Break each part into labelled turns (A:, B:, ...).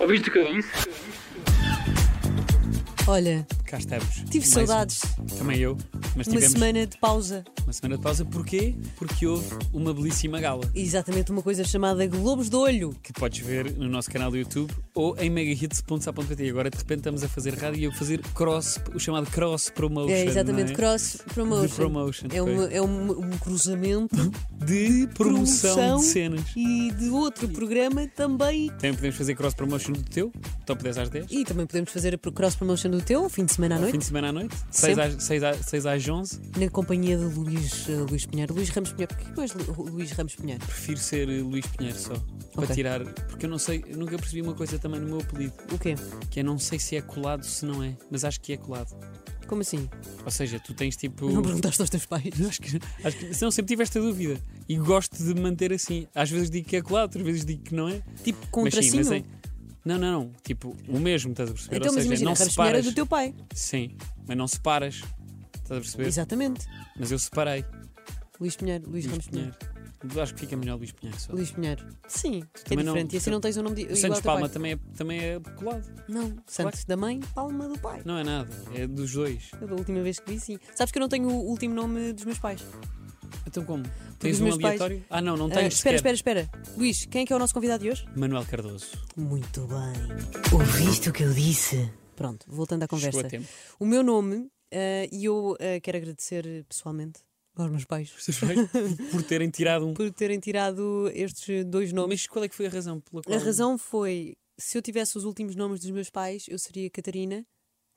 A: Ouviste o que eu disse?
B: Olha,
C: Cá estamos.
B: tive
C: Mais
B: saudades.
C: um. Também eu. Mas
B: Uma
C: tivemos
B: semana de pausa.
C: uma semana de pausa. Porquê? Porque houve uma belíssima gala
B: E Exatamente uma coisa chamada Globos de Olho.
C: que podes ver no nosso canal do YouTube ou em megahits.sa.pt. Agora de repente estamos a fazer rádio e a fazer cross, o chamado cross promotion.
B: É exatamente
C: não é?
B: cross promotion.
C: De promotion,
B: é um, é um- um cruzamento
C: De promoção,
B: promoção.
C: de cenas.
B: e de outro programa também.
C: Também podemos fazer cross promotion do teu, top 10 às 10.
B: E também podemos fazer a pro- cross promotion do teu, fim de semana à
C: Fim
B: noite,
C: de semana à noite, 6 às, 6 às, 6 às 11.
B: na companhia de Luís, eh, Luís Pinheiro. Luís Ramos Pinheiro. Porquê que és Lu- Luís Ramos Pinheiro?
C: Prefiro ser eh, Luís Pinheiro só. Para
B: Ok.
C: tirar. Porque eu não sei, eu nunca percebi uma coisa também no meu apelido,
B: O quê?
C: que é não sei se é colado, se não é, mas acho que é colado.
B: Como assim?
C: Ou seja, tu tens tipo.
B: Não perguntaste aos teus pais?
C: Acho que, acho que se não sempre tive esta dúvida e gosto de manter assim. Às vezes digo que é colado, outras vezes digo que não é.
B: Tipo, com um
C: mas sim,
B: tracinho?
C: mas é. Não, não, não. Tipo, o mesmo, estás a perceber?
B: Então,
C: Ou
B: mas
C: seja,
B: imagina,
C: não
B: Ramos Pinheiro é
C: separas.
B: do teu pai.
C: Sim, mas não separas. Estás a perceber?
B: Exatamente.
C: Mas eu separei.
B: Luís Pinheiro, Luís,
C: Luís
B: Ramos Pinheiro.
C: Pinheiro. Acho que fica melhor Luís Pinheiro só.
B: Luís Pinheiro. Sim, é
C: também não-
B: diferente. e assim não tens o nome de.
C: O
B: igual ao
C: Santos
B: teu
C: Palma
B: pai.
C: também é, também é colado.
B: Não, Santos da mãe, Palma do pai.
C: Não é nada. É dos dois.
B: Eu da última vez que vi, sim. Sabes que eu não tenho o último nome dos meus pais.
C: Então como? Tens
B: os
C: um
B: meus pais-
C: aleatório? Ah, não, não
B: Ah,
C: tens.
B: espera,
C: sequer.
B: espera, espera. Luís, quem é que é o nosso convidado de hoje?
C: Manuel Cardoso.
B: Muito bem. Ouviste o que eu disse? Pronto, voltando à
C: Chegou
B: conversa.
C: a tempo.
B: O meu nome, ah, e eu ah, quero agradecer eh, pessoalmente aos meus pais
C: Por terem tirado um
B: por terem tirado estes dois nomes.
C: Mas qual é que foi a razão pela qual?
B: A razão foi: se eu tivesse os últimos nomes dos meus pais, eu seria Catarina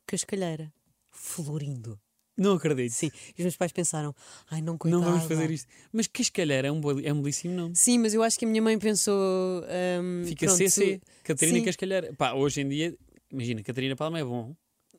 B: Cascalheira. Florindo.
C: Não acredito.
B: Sim. E os meus pais pensaram: ai, não
C: Não
B: coitada.
C: vamos fazer isto. Mas Cascalheira é um, boi- é um belíssimo nome.
B: Sim, mas eu acho que a minha mãe pensou. ahm,
C: Fica
B: pronto,
C: CC. Catarina
B: Sim.
C: Cascalheira. Pá, hoje em dia, imagina, Catarina Palma é bom,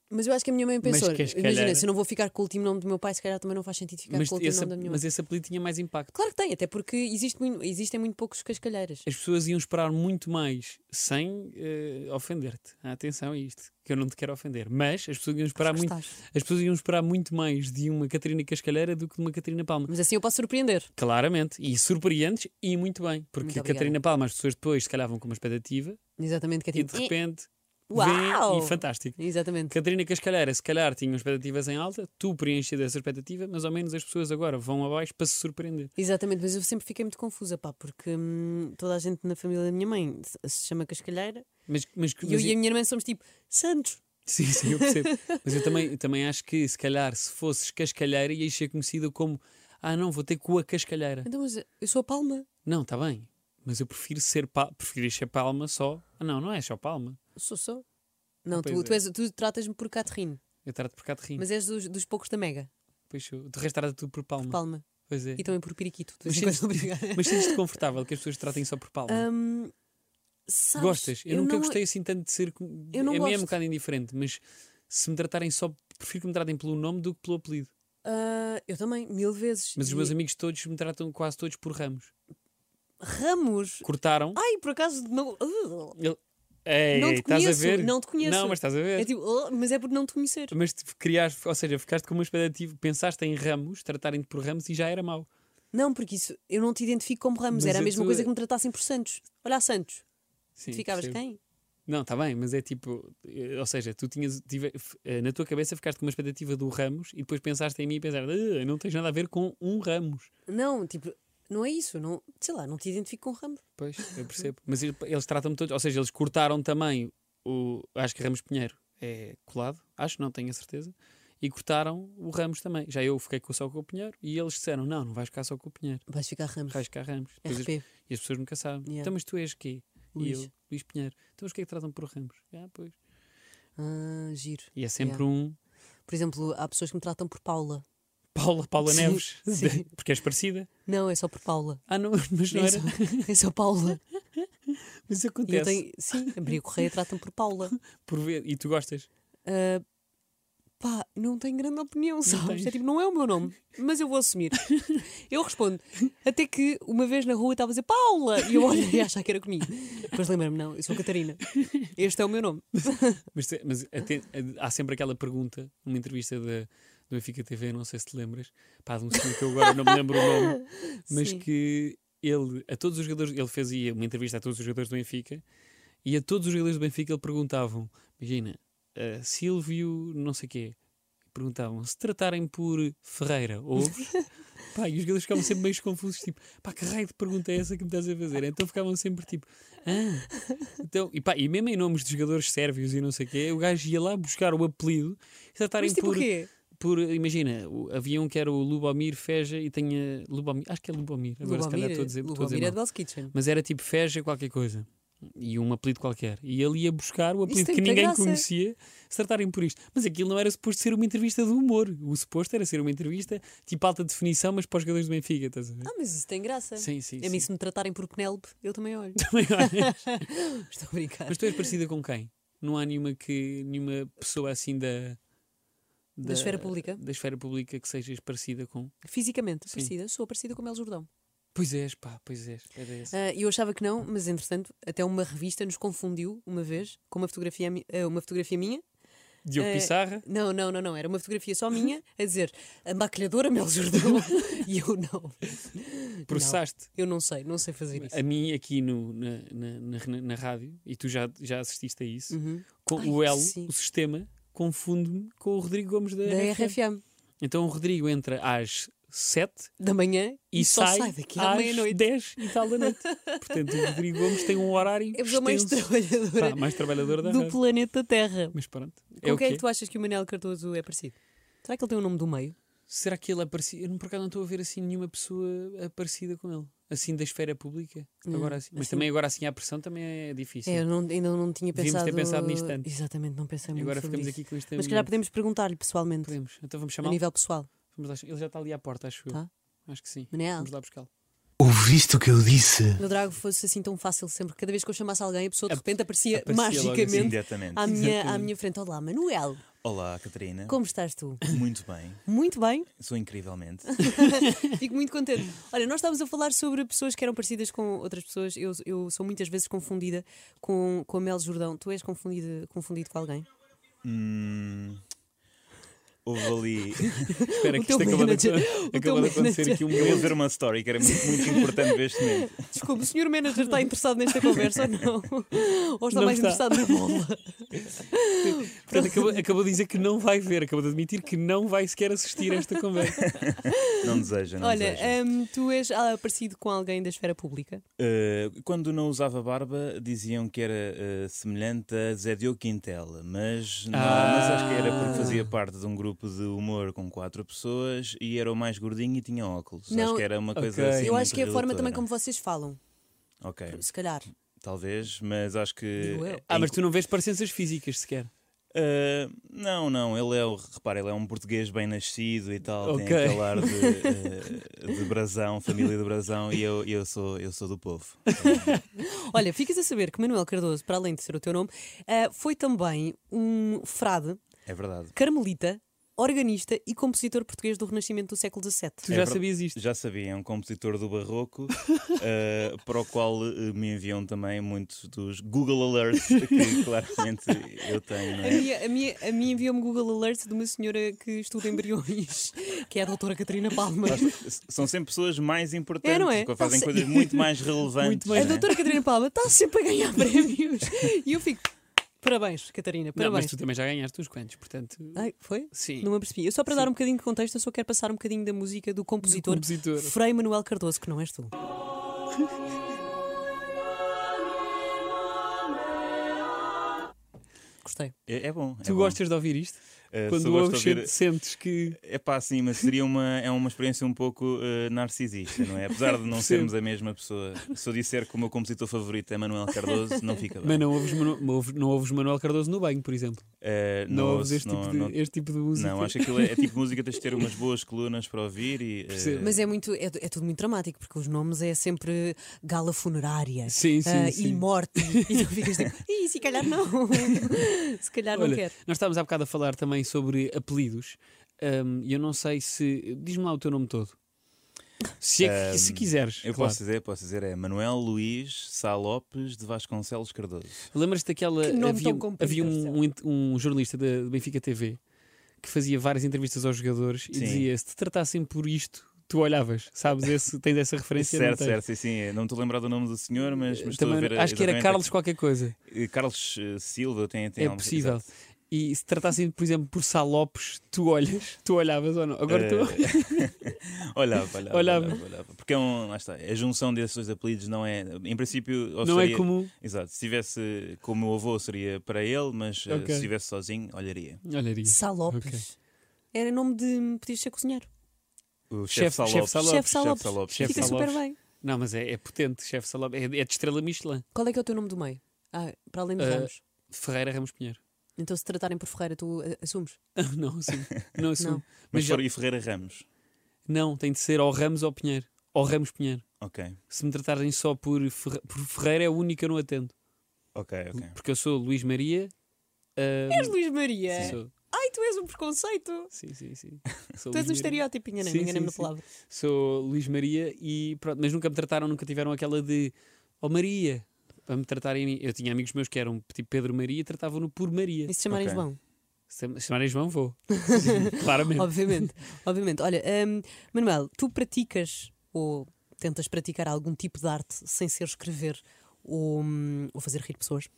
B: Mas eu acho que a minha mãe
C: Mas
B: pensou.
C: que é, se
B: Imagina,
C: calhar-
B: se eu não vou ficar com o último nome do meu pai, se calhar também não faz sentido ficar
C: mas
B: com o último
C: esse,
B: nome da minha mãe.
C: mas esse apelido tinha mais impacto.
B: Claro que tem, até porque existe muito- existem muito poucos cascalheiras.
C: As pessoas iam esperar muito mais sem eh, ofender-te. Ah, atenção a isto, que eu não te quero ofender. Mas as pessoas iam esperar muito,
B: Estás.
C: as pessoas iam esperar muito mais de uma Catarina Cascalheira do que de uma Catarina Palma.
B: Mas assim eu posso surpreender.
C: Claramente, e surpreendentes e muito bem, porque
B: Muito
C: a
B: obrigada.
C: Catarina Palma as pessoas depois se calhar vão com uma expectativa
B: Exatamente, que é
C: e
B: tipo.
C: de repente
B: Uau!
C: vem e fantástico.
B: Exatamente.
C: Catarina Cascalheira, se calhar, tinha expectativas em alta, tu preenchida essa expectativa, mas ao menos as pessoas agora vão abaixo para se surpreender.
B: Exatamente, mas eu sempre fiquei muito confusa, pá, porque hum, toda a gente na família da minha mãe se- se chama Cascalheira
C: Mas, mas,
B: e eu
C: mas
B: e a minha irmã somos tipo Santos.
C: sim, sim, eu percebo. mas eu também, eu também acho que, se calhar, se fosses Cascalheira, ias ser conhecida como Ah, não, vou ter com a Cascalheira.
B: Então, mas eu sou a Palma.
C: Não, está bem, mas eu prefiro ser pa preferias ser Palma só. Ah, não, não é só Palma.
B: Sou, sou. Não,
C: Pois
B: tu,
C: é.
B: tu, és- tu tratas-me por Caterine,
C: Eu trato por Catarina.
B: mas és dos, dos poucos da Mega,
C: Pois eu, de resto, trata tudo por Palma.
B: Palma.
C: Pois é.
B: E também por Periquito. de vez
C: Mas
B: em quando,
C: sentes-
B: obrigada.
C: Mas sentes-te confortável que as pessoas te tratem só por Palma?
B: Hum, sabes,
C: Gostas? Eu, nunca
B: não-
C: gostei assim tanto de ser. com-
B: Eu não
C: a mim é um
B: gosto.
C: bocado indiferente, mas se me tratarem só. Prefiro que me tratem pelo nome do que pelo apelido.
B: Ah, eu também, mil vezes.
C: Mas os
B: E-
C: meus amigos todos me tratam quase todos por Ramos.
B: Ramos.
C: Cortaram.
B: Ai, por acaso. Não, Ugh.
C: Ele... Ei,
B: Ah! Não te
C: estás
B: conheço,
C: a ver?
B: não te conheço.
C: Não, mas estás a ver.
B: é tipo, "Ugh", mas é por não te conhecer.
C: Mas te criaste, ou seja, ficaste com uma expectativa, pensaste em Ramos, tratarem-te por Ramos e já era mau.
B: Não, porque isso eu não te identifico como Ramos.
C: Mas
B: Era a
C: a
B: mesma
C: tua-
B: coisa que me tratassem por Santos. Olha, a Santos.
C: Sim,
B: tu ficavas
C: percebo.
B: quem?
C: Não, está bem, mas é tipo, eh, ou seja, tu tinhas, tive- f- eh, na tua cabeça ficaste com uma expectativa do Ramos e depois pensaste em mim e pensaste, "Ah, não tens nada a ver com um Ramos.
B: Não, tipo, não é isso. Não, sei lá, não te identifico com Ramos.
C: Pois, eu percebo. Mas ele- eles tratam-me todos, ou seja, eles cortaram também o. Acho que Ramos Pinheiro é colado, acho, não tenho a certeza. E cortaram o Ramos também. Já eu fiquei com, só com o Pinheiro e eles disseram: não, não vais ficar só com o Pinheiro,
B: Vais ficar Ramos.
C: vais ficar Ramos. Depois as-
B: RP.
C: e as pessoas nunca sabem.
B: É Yeah.
C: Então, mas tu és quê?
B: Luís.
C: E eu, Luís Pinheiro. Então, os que é que tratam por Ramos? Ah, pois.
B: Ah, giro.
C: E é sempre um
B: Por exemplo, há pessoas que me tratam por Paula.
C: Paula, Paula
B: Sim,
C: Neves,
B: sim.
C: porque és parecida.
B: Não, é só por Paula.
C: Ah, não, mas não
B: É
C: era.
B: só, é só Paula.
C: Mas
B: E eu
C: acontece.
B: tenho, sim, a Maria Correia trata-me por Paula.
C: Por ver, e tu gostas?
B: Ah, pá, não tenho grande opinião, sabes?
C: tens.
B: É tipo, não é o meu nome, mas eu vou assumir. eu respondo. Até que uma vez na rua estava a dizer Paula e eu olhei e achava que era comigo. Depois lembrei-me, não, eu sou Catarina. Este é o meu nome.
C: Mas, te- mas aten- há sempre aquela pergunta, numa entrevista da, do Benfica TV, não sei se te lembras, pá, de um senhor que eu agora não me lembro o nome, mas
B: Sim.
C: que ele, a todos os jogadores, ele fazia uma entrevista a todos os jogadores do Benfica E a todos os jogadores do Benfica ele perguntavam, imagina, eh, Silvio não sei quê. Perguntavam, se tratarem por Ferreira, ouves? pá, e os jogadores ficavam sempre meio confusos, tipo, pá, que raio de pergunta é essa que me estás a fazer? Então ficavam sempre tipo, ah, então, e pá, e mesmo em nomes de jogadores sérvios e não sei o quê, o gajo ia lá buscar o apelido, se tratarem
B: Mas tipo
C: por
B: o quê?
C: por, imagina, o- havia um que era o Lubomir Feja e tinha. Lubomir, acho que é Lubomir, agora se calhar estou a dizer, estou a dizer
B: Lubomir é
C: mal.
B: de Bell's Kitchen.
C: Mas era tipo Feja qualquer coisa. E um apelido qualquer. E ele ia buscar o apelido
B: tem
C: que
B: muita
C: ninguém
B: graça.
C: conhecia, se tratarem por isto. Mas aquilo não era suposto ser uma entrevista de humor. O suposto era ser uma entrevista tipo alta definição, mas para os jogadores do Benfica, estás a ver?
B: Ah, é mas isso tem graça.
C: Sim, sim.
B: A mim,
C: sim.
B: se me tratarem por Penélope, eu também olho.
C: Também olha.
B: Estou a brincar.
C: mas tu és parecida com quem? Não há nenhuma, que, nenhuma pessoa assim da.
B: Da esfera pública?
C: Da esfera pública que sejas parecida com.
B: Fisicamente,
C: Sim.
B: parecida. Sou parecida com o Mel Jordão.
C: Pois és, pá, pois és. é Era esse.
B: Ah, eu achava que não, mas entretanto, até uma revista nos confundiu uma vez com uma fotografia, mi- ah, uma fotografia minha.
C: Diogo
B: eh,
C: Pissarra.
B: Não, não, não, não. Era uma fotografia só minha a dizer a maquilhadora Mel Jordão. e eu não.
C: processaste
B: Eu não sei, não sei fazer isso.
C: a mim aqui no, na, na, na- na rádio, e tu já, já assististe a isso,
B: Uhum.
C: com
B: Ai,
C: o L,
B: sim.
C: o sistema, confunde-me com o Rodrigo Gomes da,
B: Da
C: RFM.
B: RFM.
C: Então o Rodrigo entra às 7
B: Da manhã
C: e,
B: e, só sai, daqui à
C: às
B: meia-noite.
C: 10 e tal da noite. Portanto, o Rodrigo Gomes tem um horário
B: É a pessoa mais
C: extenso.
B: trabalhadora
C: Pá, mais trabalhador da
B: do
C: rádio.
B: planeta Terra.
C: Mas pronto.
B: Com
C: É o
B: quem é que
C: quê?
B: tu achas que o Manel Cardoso é parecido? Será que ele tem o nome do meio?
C: Será que ele aparecia? Eu não- por acaso não estou a ver assim nenhuma pessoa eh, parecida com ele. Assim da esfera pública.
B: Hum,
C: agora assim. Mas
B: assim-
C: também agora assim à pressão também é difícil.
B: É, eu não- ainda não tinha
C: Devíamos ter
B: pensado.
C: pensado nisto antes.
B: Exatamente, não pensei
C: E
B: muito
C: agora
B: sobre
C: ficamos
B: isso.
C: aqui com este
B: Mas se calhar podemos perguntar-lhe pessoalmente,
C: Podemos. Então vamos
B: a
C: chamá-lo.
B: nível pessoal.
C: Vamos lá ch- Ele já está ali à porta, acho eu.
B: Tá.
C: Acho que sim.
B: Manel,
C: Vamos lá buscá-lo.
A: Ouviste o que eu disse?
B: meu drago fosse assim tão fácil sempre. Cada vez que eu chamasse alguém, a pessoa de
C: Ap-
B: repente aparecia,
C: aparecia logo assim.
B: magicamente
A: Imediatamente.
B: à minha, à minha frente. Olá, Manuel,
A: Olá, Catarina.
B: como estás tu?
A: Muito bem.
B: Muito bem,
A: Sou incrivelmente.
B: fico muito contente. Olha, nós estávamos a falar sobre pessoas que eram parecidas com outras pessoas. Eu, eu sou muitas vezes confundida com, com a Mel Jordão. Tu és confundida, confundido com alguém?
A: Hum, houve ali.
C: Espera,
B: O
C: que
B: teu
C: isto acabou de,
B: manager-
C: acon-
B: o teu
C: acabou de acontecer
B: manager.
C: aqui um
A: Eu ia
C: momento.
A: dizer uma story que era muito, muito importante neste momento.
B: Desculpa, o senhor manager está interessado nesta conversa ou não? Ou está
C: Não
B: mais
C: está.
B: interessado na bola?
C: Portanto, acabou, acabou de dizer que não vai ver, acabou de admitir que não vai sequer assistir a esta conversa.
A: Não deseja, não
B: Olha,
A: deseja.
B: hum, tu és ah, parecido com alguém da esfera pública.
A: Uh, quando não usava barba, diziam que era uh, semelhante a Zé Diogo Quintela, mas não,
C: Ah.
A: mas acho que era porque fazia parte de um grupo de humor com quatro pessoas e era o mais gordinho e tinha óculos.
B: Não,
A: acho que era uma coisa
C: ok.
A: assim.
B: Eu acho
A: muito
B: que é a forma
A: redutora.
B: também como vocês falam,
A: Ok,
B: se calhar.
A: talvez, mas acho que.
B: Digo eu.
C: Ah, mas tu não vês parecenças físicas sequer.
A: Uh, não, não, ele é, o- repara, ele é um português bem nascido e tal,
C: Ok.
A: tem aquele ar de, uh, de brasão, família de brasão, e eu, eu, sou, eu sou do povo.
B: Olha, ficas a saber que Manuel Cardoso, para além de ser o teu nome, ah, foi também um frade,
A: É verdade.
B: carmelita, organista e compositor português do Renascimento do século XVII.
C: Tu
A: É
C: já
A: verdade.
C: sabias isto.
A: Já sabia, é um compositor do Barroco, uh, para o qual uh, me enviam também muitos dos Google Alerts que claramente eu tenho. Não
B: A
A: é?
B: minha, a minha, a minha enviou-me Google Alerts de uma senhora que estuda embriões, que é a doutora Catarina Palma.
A: S- São sempre pessoas mais importantes,
B: É, não é?
A: que fazem
B: Tá
A: coisas
B: sim.
A: muito mais relevantes.
C: Muito mais-
B: A
A: não é?
B: doutora Catarina Palma está sempre a ganhar prémios. E eu fico, parabéns, Catarina,
C: Não, mas
B: parabéns.
C: tu também já ganhaste uns quantos, portanto.
B: Ai, foi?
C: Sim.
B: Não me apercebi. Eu só para dar um bocadinho de contexto, eu só quero passar um bocadinho da música do compositor,
C: compositor.
B: Frei Manuel Cardoso, que não és tu. Gostei.
A: É, é bom. é
C: Tu
A: bom.
C: gostas de ouvir isto?
A: Uh,
C: Quando
A: só
C: o
A: gosto de
C: ouves,
A: ouvir-
C: sentes que.
A: É pá, sim, mas seria uma, é uma experiência um pouco eh, narcisista, não é? Apesar de não sermos a mesma pessoa. Se eu disser que o meu compositor favorito é Manuel Cardoso, não fica bem.
C: Mas não ouves, Manu- não ouves- não ouves Manuel Cardoso no banho, por exemplo.
A: Eh,
C: Não, ouves
A: ouço,
C: este,
A: não,
C: tipo de,
A: não,
C: este tipo de música.
A: não, acho que aquilo é, é tipo de música, tens de ter umas boas colunas para ouvir e. eh,
C: Percebo.
B: Mas é muito, é, é tudo muito dramático, porque os nomes é sempre gala funerária.
C: Sim, sim,
B: ah,
C: sim.
B: E morte. E tu ficas tipo, "Ih, se calhar não. se calhar não
C: Olha,
B: quero.
C: Nós estávamos há bocado a falar também sobre apelidos. hum, E eu não sei se. Diz-me lá o teu nome todo. Se, é que- se
A: Hum,
C: quiseres.
A: eu
C: claro.
A: posso dizer, posso dizer, é Manuel Luís Sá Lopes de Vasconcelos Cardoso.
C: Lembras-te daquela.
B: Que nome
C: havia
B: tão comprido,
C: havia um,
B: Marcelo.
C: um ent- um jornalista da do Benfica TV que fazia várias entrevistas aos jogadores e
A: Sim.
C: dizia: se te tratassem por isto, tu olhavas, sabes? Esse, tens essa referência? não
A: certo,
C: tens? Eh,
A: certo, sim, sim. é. Não me estou a lembrar do nome do senhor, mas, mas estou a
C: Também-
A: ver.
C: acho que era
A: exatamente
C: Carlos qualquer coisa.
A: aqui. Carlos eh, Silva tem, tem
C: é
A: alguma-
C: possível.
A: exato.
C: E se tratasse, por exemplo, por Sá Lopes, tu olhas, tu olhavas ou não? Agora tu
A: Eh, olhava, olhava,
C: Olhava.
A: olhava. olhava. Porque é um, lá está, a junção desses dois apelidos não é. Em princípio, ou
C: não
A: seria-
C: é comum.
A: Exato, se tivesse com o meu avô seria para ele, mas eh,
C: Ok.
A: se estivesse sozinho, olharia.
C: Olharia.
B: Salopes.
C: Ok.
B: Era nome de. Podias ser cozinheiro.
A: O
C: Chefe-
A: chefe
C: chefe
A: Salopes.
C: Salopes.
B: Chefe Salopes.
A: Salopes.
C: Chefe
A: Chefe
B: Fica
A: Salopes.
B: super
C: Salopes.
B: bem.
C: Não, mas é, é potente, chefe Sá Lopes. É, é de estrela Michelin.
B: Qual é que é o teu nome do meio? Ah, para além de
C: Eh,
B: Ramos.
C: Ferreira Ramos Pinheiro. Ah,
B: Então, se tratarem por Ferreira, tu eh, assumes.
C: não, assumo. Não assumo.
B: Não.
A: Mas
C: Mas já-
A: for e Ferreira Ramos.
C: Não, tem de ser ou Ramos ou Pinheiro. Ou Ramos Pinheiro.
A: Ok,
C: Se me tratarem só por, Ferre- por Ferreira, é o único que eu não atendo.
A: ok, ok.
C: Porque eu sou Luís Maria. ah,
B: És Luís Maria.
C: sim, sou-
B: Ai, tu és um preconceito.
C: sim, sim, sim. Sou
B: Tu és um
C: Luís Maria.
B: estereótipo, enganei-me
C: Sim,
B: enganei
C: sim,
B: na
C: sim.
B: palavra.
C: Sou Luís Maria e pronto, mas nunca me trataram, nunca tiveram aquela de Oh Maria, para me tratarem. Eu tinha amigos meus que eram tipo Pedro Maria e tratavam-no por Maria.
B: E se chamarem
A: Ok.
B: João?
C: Se se chamarem João, vou. Claramente.
B: Obviamente, obviamente. Olha, hum, Manuel, tu praticas ou tentas praticar algum tipo de arte sem ser escrever ou, hum, ou fazer rir pessoas?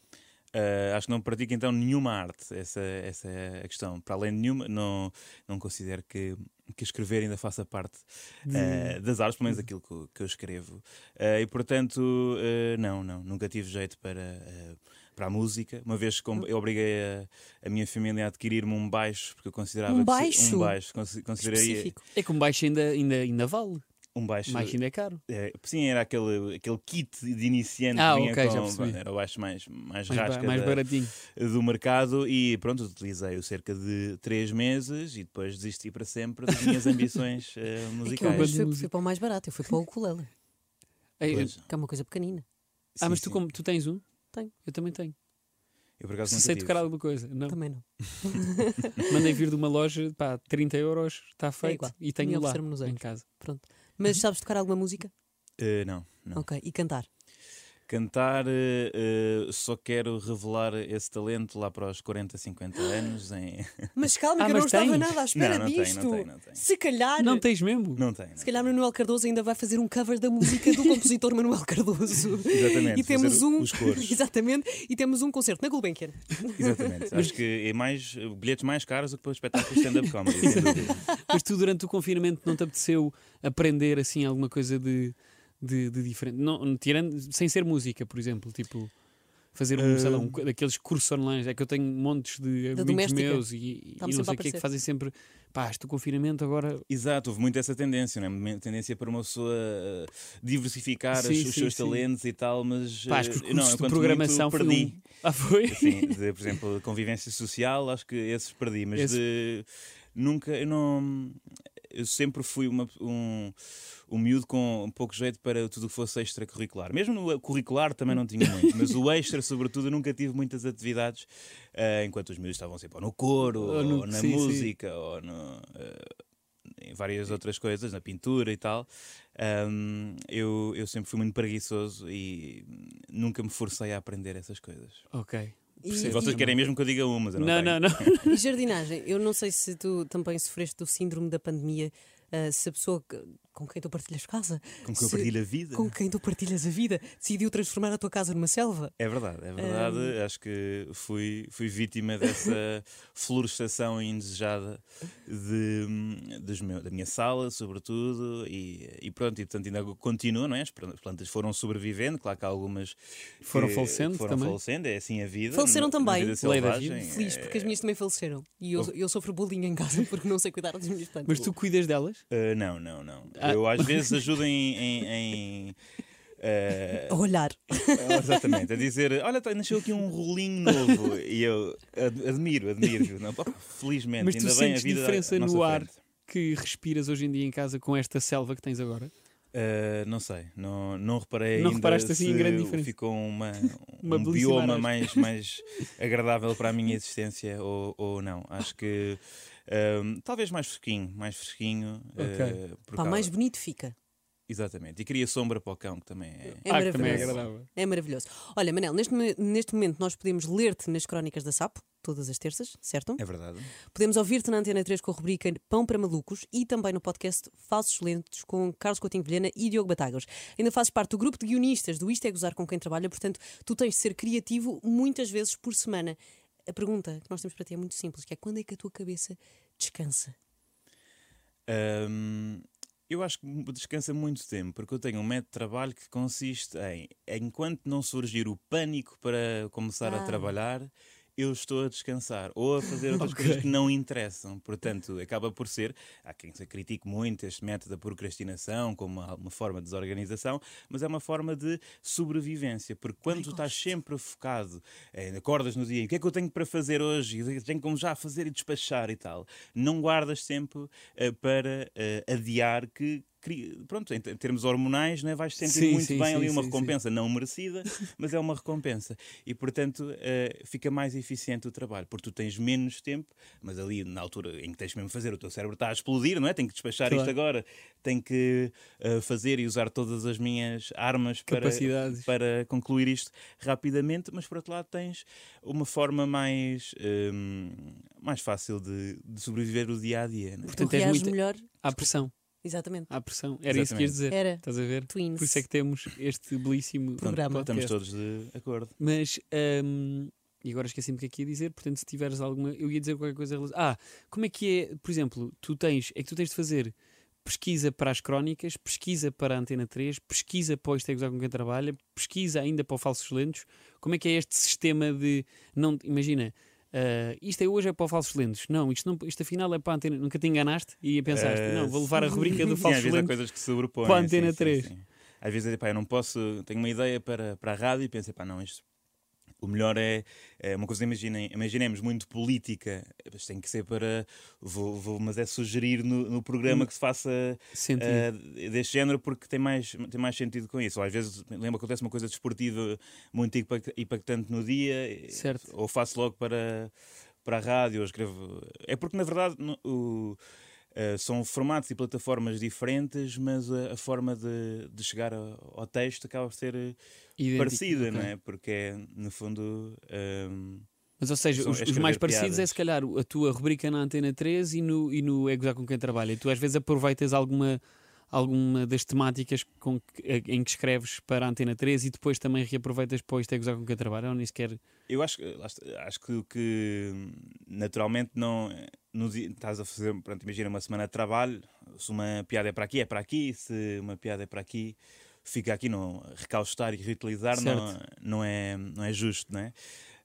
A: Ah, acho que não pratico então nenhuma arte, essa, essa é a questão. Para além de nenhuma, não, não considero que, que escrever ainda faça parte ah, das artes, pelo menos aquilo que, eu- que eu escrevo. Ah, e portanto, ah, não, não, nunca tive jeito para, ah, para a música. Uma vez
C: Hum.
A: com- eu obriguei a, a minha família a adquirir-me um baixo, porque eu considerava
B: Um
A: que se-
B: baixo?
A: um baixo, consi- consideraria
B: Específico.
C: É que um baixo ainda, ainda, ainda vale.
A: um baixo.
C: Baixo ainda é caro.
A: É, sim, era aquele, aquele kit de iniciante
C: Ah,
A: que vinha
C: ok, já
A: com,
C: percebi.
A: era o baixo mais,
C: Mais,
A: mais,
C: ba-
A: rasca
C: mais
A: da-
C: baratinho.
A: do mercado e pronto, utilizei-o cerca de três meses e depois desisti para sempre das minhas ambições
B: É
A: eh,
B: que eu
A: musicais.
B: mas
C: Musicais.
B: fui, fui para o mais barato, eu fui para o ukulele,
C: Ei, eu-
A: Pois,
B: que é uma coisa pequenina.
C: ah,
A: sim,
C: mas tu,
A: sim.
C: como, tu tens um?
B: Tenho.
C: Eu também tenho.
A: Eu por acaso
C: Se
A: nunca
C: sei
A: tive.
C: tocar alguma coisa. Não.
B: Também não.
C: Mandei vir de uma loja, pá, 30 euros, está feito.
B: É igual.
C: e
B: Tinha
C: tenho lá
B: ofereceram-me nos
C: em
B: anos.
C: casa.
B: Mas sabes tocar alguma música?
A: Eh, não, não.
B: Ok, e cantar.
A: Cantar, eh, eh, só quero revelar esse talento lá para os 40, 50 anos. Em...
B: Mas calma,
C: Ah,
B: que eu
C: mas
B: não estava
C: tens?
B: nada à espera
A: não, não tem,
B: disto.
A: não tem, não tem.
B: Se calhar.
C: Não tens mesmo?
A: Não tem.
B: Se calhar Manuel Cardoso ainda vai fazer um cover da música do compositor Manuel Cardoso.
A: Exatamente.
B: E temos
A: fazer
B: um,
A: Os cores.
B: exatamente, e temos um concerto na Gulbenkian.
A: Exatamente. Acho que é mais bilhetes mais caros do que para o espetáculo de stand-up comedy, sem dúvida.
C: Mas tu durante o confinamento não te apeteceu aprender assim alguma coisa de, de, de diferente? Não, tirando, sem ser música, por exemplo, tipo fazer um,
A: Ah.
C: sei lá, um, co- daqueles cursos online, é que eu tenho montes de
B: Da
C: amigos
B: doméstica.
C: meus e, e
B: Está-me sempre a
C: não sei o que é que
B: aparecer.
C: fazem sempre, pá, este confinamento agora
A: Exato, houve muito essa tendência, não é? Uma Tendência para uma pessoa eh, diversificar as-
C: Sim,
A: os
C: sim,
A: seus
C: sim.
A: talentos e tal, mas.
C: pá, acho que os
A: eh,
C: cursos
A: não,
C: de
A: enquanto
C: programação
A: muito,
C: foi
A: perdi.
C: um- Ah, foi?
A: Sim, de, por exemplo, convivência social, acho que esses perdi, mas
C: Esse-
A: de. Nunca, eu não. Eu sempre fui uma- um, um miúdo com um pouco jeito para tudo o que fosse extracurricular. Mesmo no curricular também não tinha muito, mas o extra, sobretudo, eu nunca tive muitas atividades eh, enquanto os miúdos estavam sempre ou no coro,
C: Ou
A: ou,
C: no-
A: na
C: sim, sim.
A: música, ou no, eh, em várias outras coisas, na pintura e tal. Ahm, eu, eu sempre fui muito preguiçoso e nunca me forcei a aprender essas coisas.
C: Ok.
B: E,
A: Se
C: Percebo.
A: vocês querem mesmo que eu diga uma, mas eu não,
C: Não,
A: tenho.
C: não, não.
B: e- e jardinagem, eu não sei se tu também sofreste do síndrome da pandemia, ah, se a pessoa que- com quem tu partilhas casa,
A: Com que eu
B: Se-
A: perdi a vida.
B: com quem tu partilhas a vida, decidiu transformar a tua casa numa selva.
A: É verdade, é verdade. Acho que fui, fui vítima dessa florestação indesejada de, dos meu- da minha sala, sobretudo, e, e pronto, e portanto ainda continua, não é? As plan- as plantas foram sobrevivendo, claro que há algumas que-
C: Foram
A: que
C: falecendo
A: foram
C: também.
A: falecendo, é assim a vida.
B: Faleceram
A: na- na
B: também.
A: vida
C: Lei da
A: selvagem,
C: vida.
B: Feliz,
A: é- Oh.
B: porque as minhas também faleceram. E eu, eu sofro bullying em casa porque não sei cuidar das minhas plantas.
C: Mas tu cuidas delas?
A: Ah, não, não, não.
C: Ah.
A: Eu às vezes ajudo em. em- em, ah,
B: A olhar.
A: Ah, Exatamente, a dizer: Olha, tá- nasceu aqui um rolinho novo. e eu ad- admiro, admiro. Não, pá, felizmente,
C: Mas tu
A: ainda bem a
C: sentes
A: vida. à
C: diferença no
A: nossa
C: ar?
A: frente.
C: Que respiras hoje em dia em casa com esta selva que tens agora?
A: Ah, não sei, não, não reparei.
C: Não
A: ainda
C: reparaste assim em
A: se
C: grande diferença?
A: Ficou uma,
C: Uma
A: um
C: belíssima
A: bioma
C: aragem.
A: mais, mais agradável para a minha existência ou, ou não. Acho que ah, talvez mais fresquinho, mais fresquinho.
C: Ok.
A: ah, por
B: Pá,
A: causa-
B: mais bonito fica.
A: Exatamente, e queria sombra para o cão, que também é.
B: É
C: ah, que também é
B: maravilhoso.
C: agradável.
B: É maravilhoso. Olha, Manel, neste, mo- neste momento nós podemos ler-te nas crónicas da Sapo. Tu todas as terças, certo?
A: É verdade.
B: Podemos ouvir-te na Antena 3 com a rubrica Pão para Malucos e também no podcast Falsos Lentos com Carlos Coutinho Vilhena e Diogo Batagas. Ainda fazes parte do grupo de guionistas do Isto é Gozar com quem trabalha, portanto, tu tens de ser criativo muitas vezes por semana. A pergunta que nós temos para ti é muito simples, que é quando é que a tua cabeça descansa?
A: Hum, eu acho que m- descansa muito tempo, porque eu tenho um método de trabalho que consiste em, enquanto não surgir o pânico para começar
B: Ah.
A: a trabalhar, eu estou a descansar ou a fazer outras coisas que não interessam. Portanto, acaba por ser. Há quem se critique muito este método da procrastinação como uma, uma forma de desorganização, mas é uma forma de sobrevivência, porque quando tu estás sempre focado, eh, acordas no dia, o que é que eu tenho para fazer hoje, e tenho como já fazer e despachar e tal, não guardas tempo eh, para eh, adiar que. cri- Pronto, em te- termos hormonais, né, vais sentir
C: Sim,
A: muito
C: sim,
A: bem
C: sim,
A: ali uma
C: sim, sim.
A: recompensa não merecida, mas é uma recompensa. E portanto eh, fica mais eficiente o trabalho, porque tu tens menos tempo, mas ali na altura em que tens mesmo de fazer, o teu cérebro está a explodir, não é? Tem que despachar
C: Claro.
A: isto agora, tem que eh, fazer e usar todas as minhas armas para-
C: Capacidades.
A: para concluir isto rapidamente, mas por outro lado tens uma forma mais, hum, mais fácil de, de sobreviver o dia a dia. Né?
B: Tu
C: Portanto, és
B: reages
C: muito-
B: melhor?
C: Há pressão,
B: Exatamente.
C: há pressão. Era isso que ias dizer.
B: Era.
C: Estás a ver?
B: Twins.
C: É. Por isso é que temos este belíssimo
A: Portanto,
B: programa.
A: Estamos
C: podcast.
A: todos de acordo.
C: Mas, hum, e agora esqueci-me o que é que ia dizer, portanto, se tiveres alguma. Eu ia dizer qualquer coisa. em relação- Ah, como é que é, por exemplo, tu tens. É que tu tens de fazer pesquisa para as crónicas, pesquisa para a Antena 3, pesquisa para o Isto é Gozar com quem trabalha, pesquisa ainda para o Falsos Lentos. Como é que é este sistema de. não Imagina. ah, isto é hoje é para o Falsos Lentos. Não isto, não, isto afinal é para a antena. Nunca te enganaste e pensaste,
A: Eh,
C: não, vou levar a rubrica do
A: Sim, às
C: Falsos
A: vezes há
C: Lentos.
A: coisas que se sobrepõem.
C: para a
A: sim,
C: Antena
A: sim,
C: 3.
A: sim. Às vezes, pá, eu não posso, tenho uma ideia para, para a rádio e pensei, pá, não, isto. O melhor é, é uma coisa, imaginem, imaginemos, muito política, mas tem que ser para. Vou, vou- mas é sugerir no, no programa
C: Hum.
A: que se faça
C: Sentido.
A: eh, deste género porque tem mais, tem mais sentido com isso. Ou às vezes lembro que acontece uma coisa desportiva muito impact- impactante no dia, eh,
C: Certo.
A: ou faço logo para, para a rádio, ou escrevo. É porque na verdade no- o- eh, são formatos e plataformas diferentes, mas a, a forma de, de chegar ao, ao texto acaba por ser eh,
C: Idêntico,
A: parecida,
C: ok.
A: não é? Porque é, no fundo. ehm,
C: Mas, ou seja,
A: São-
C: os,
A: é
C: os
A: escrever
C: mais parecidos é,
A: piadas.
C: se calhar, o- a tua rubrica na Antena 3 e no, e no É Gozar com quem trabalha. E tu, às vezes, aproveitas alguma, alguma das temáticas com que- eh, em que escreves para a Antena 3 e depois também reaproveitas para o Isto é Gozar com quem trabalha. Ou nem sequer.
A: Eu acho, que- lá está, acho que o que hum, naturalmente não. no di- estás a fazer, pronto, imagina uma semana de trabalho, se uma piada é para aqui, é para aqui, se uma piada é para aqui, fica aqui, não, recalcitar e reutilizar não,
C: Certo.
A: não, é, não é justo, não é?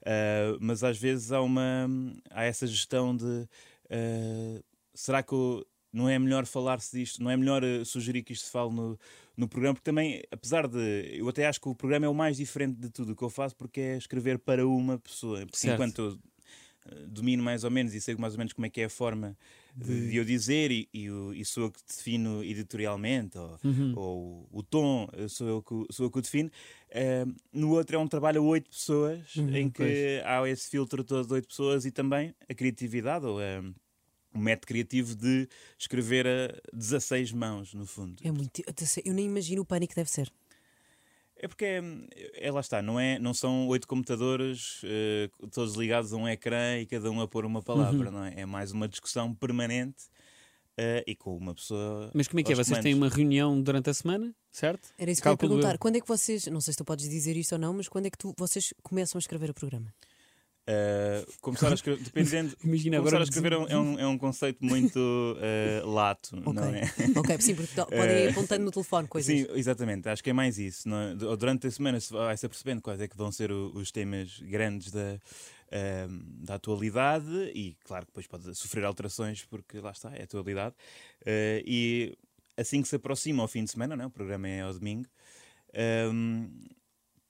A: Ah, mas às vezes há, uma, há essa gestão de ah, será que eu- não é melhor falar-se disto, não é melhor eh, sugerir que isto se fale no, no programa, porque também, apesar de. Eu até acho que o programa é o mais diferente de tudo o que eu faço, porque é escrever para uma pessoa. Porque
C: Certo.
A: enquanto eu eh, domino mais ou menos e sei mais ou menos como é que é a forma de, de eu dizer, e, e, o- e sou eu que defino editorialmente, ou, ou o tom, eh, sou eu que, o- sou eu que o defino. eh, no outro é um trabalho a oito pessoas, em que há esse filtro todo de oito pessoas e também a criatividade, ou a. o método criativo de escrever a 16 mãos, no fundo.
B: É muito. Eu nem imagino o pânico que deve ser.
A: É porque é, é- lá está, não, é, não são oito computadores eh, todos ligados a um ecrã e cada um a pôr uma palavra,
C: Uhum.
A: não é? É mais uma discussão permanente eh, e com uma pessoa.
C: Mas como é que é?
A: aos
C: Vocês têm
A: comandos.
C: uma reunião durante a semana, certo?
B: Era isso que eu ia
C: Calculo
B: perguntar.
C: eu.
B: Quando é que vocês, não sei se tu podes dizer isto ou não, mas quando é que tu, vocês começam a escrever o programa?
A: Eh, começar a escrever, dependendo.
C: Imagina
A: começar
C: agora.
A: a escrever é um, é um- é um conceito muito eh, lato, não é?
B: Ok, sim, porque to- podem ir apontando no telefone coisas.
A: Sim, exatamente. Acho que é mais isso. não é? Du- Durante a semana se vai-se apercebendo quais é que vão ser o- os temas grandes da, ehm, da atualidade e, claro, que depois pode sofrer alterações porque lá está, é a atualidade. Eh, e assim que se aproxima ao fim de semana, não é? o programa é ao domingo, ehm,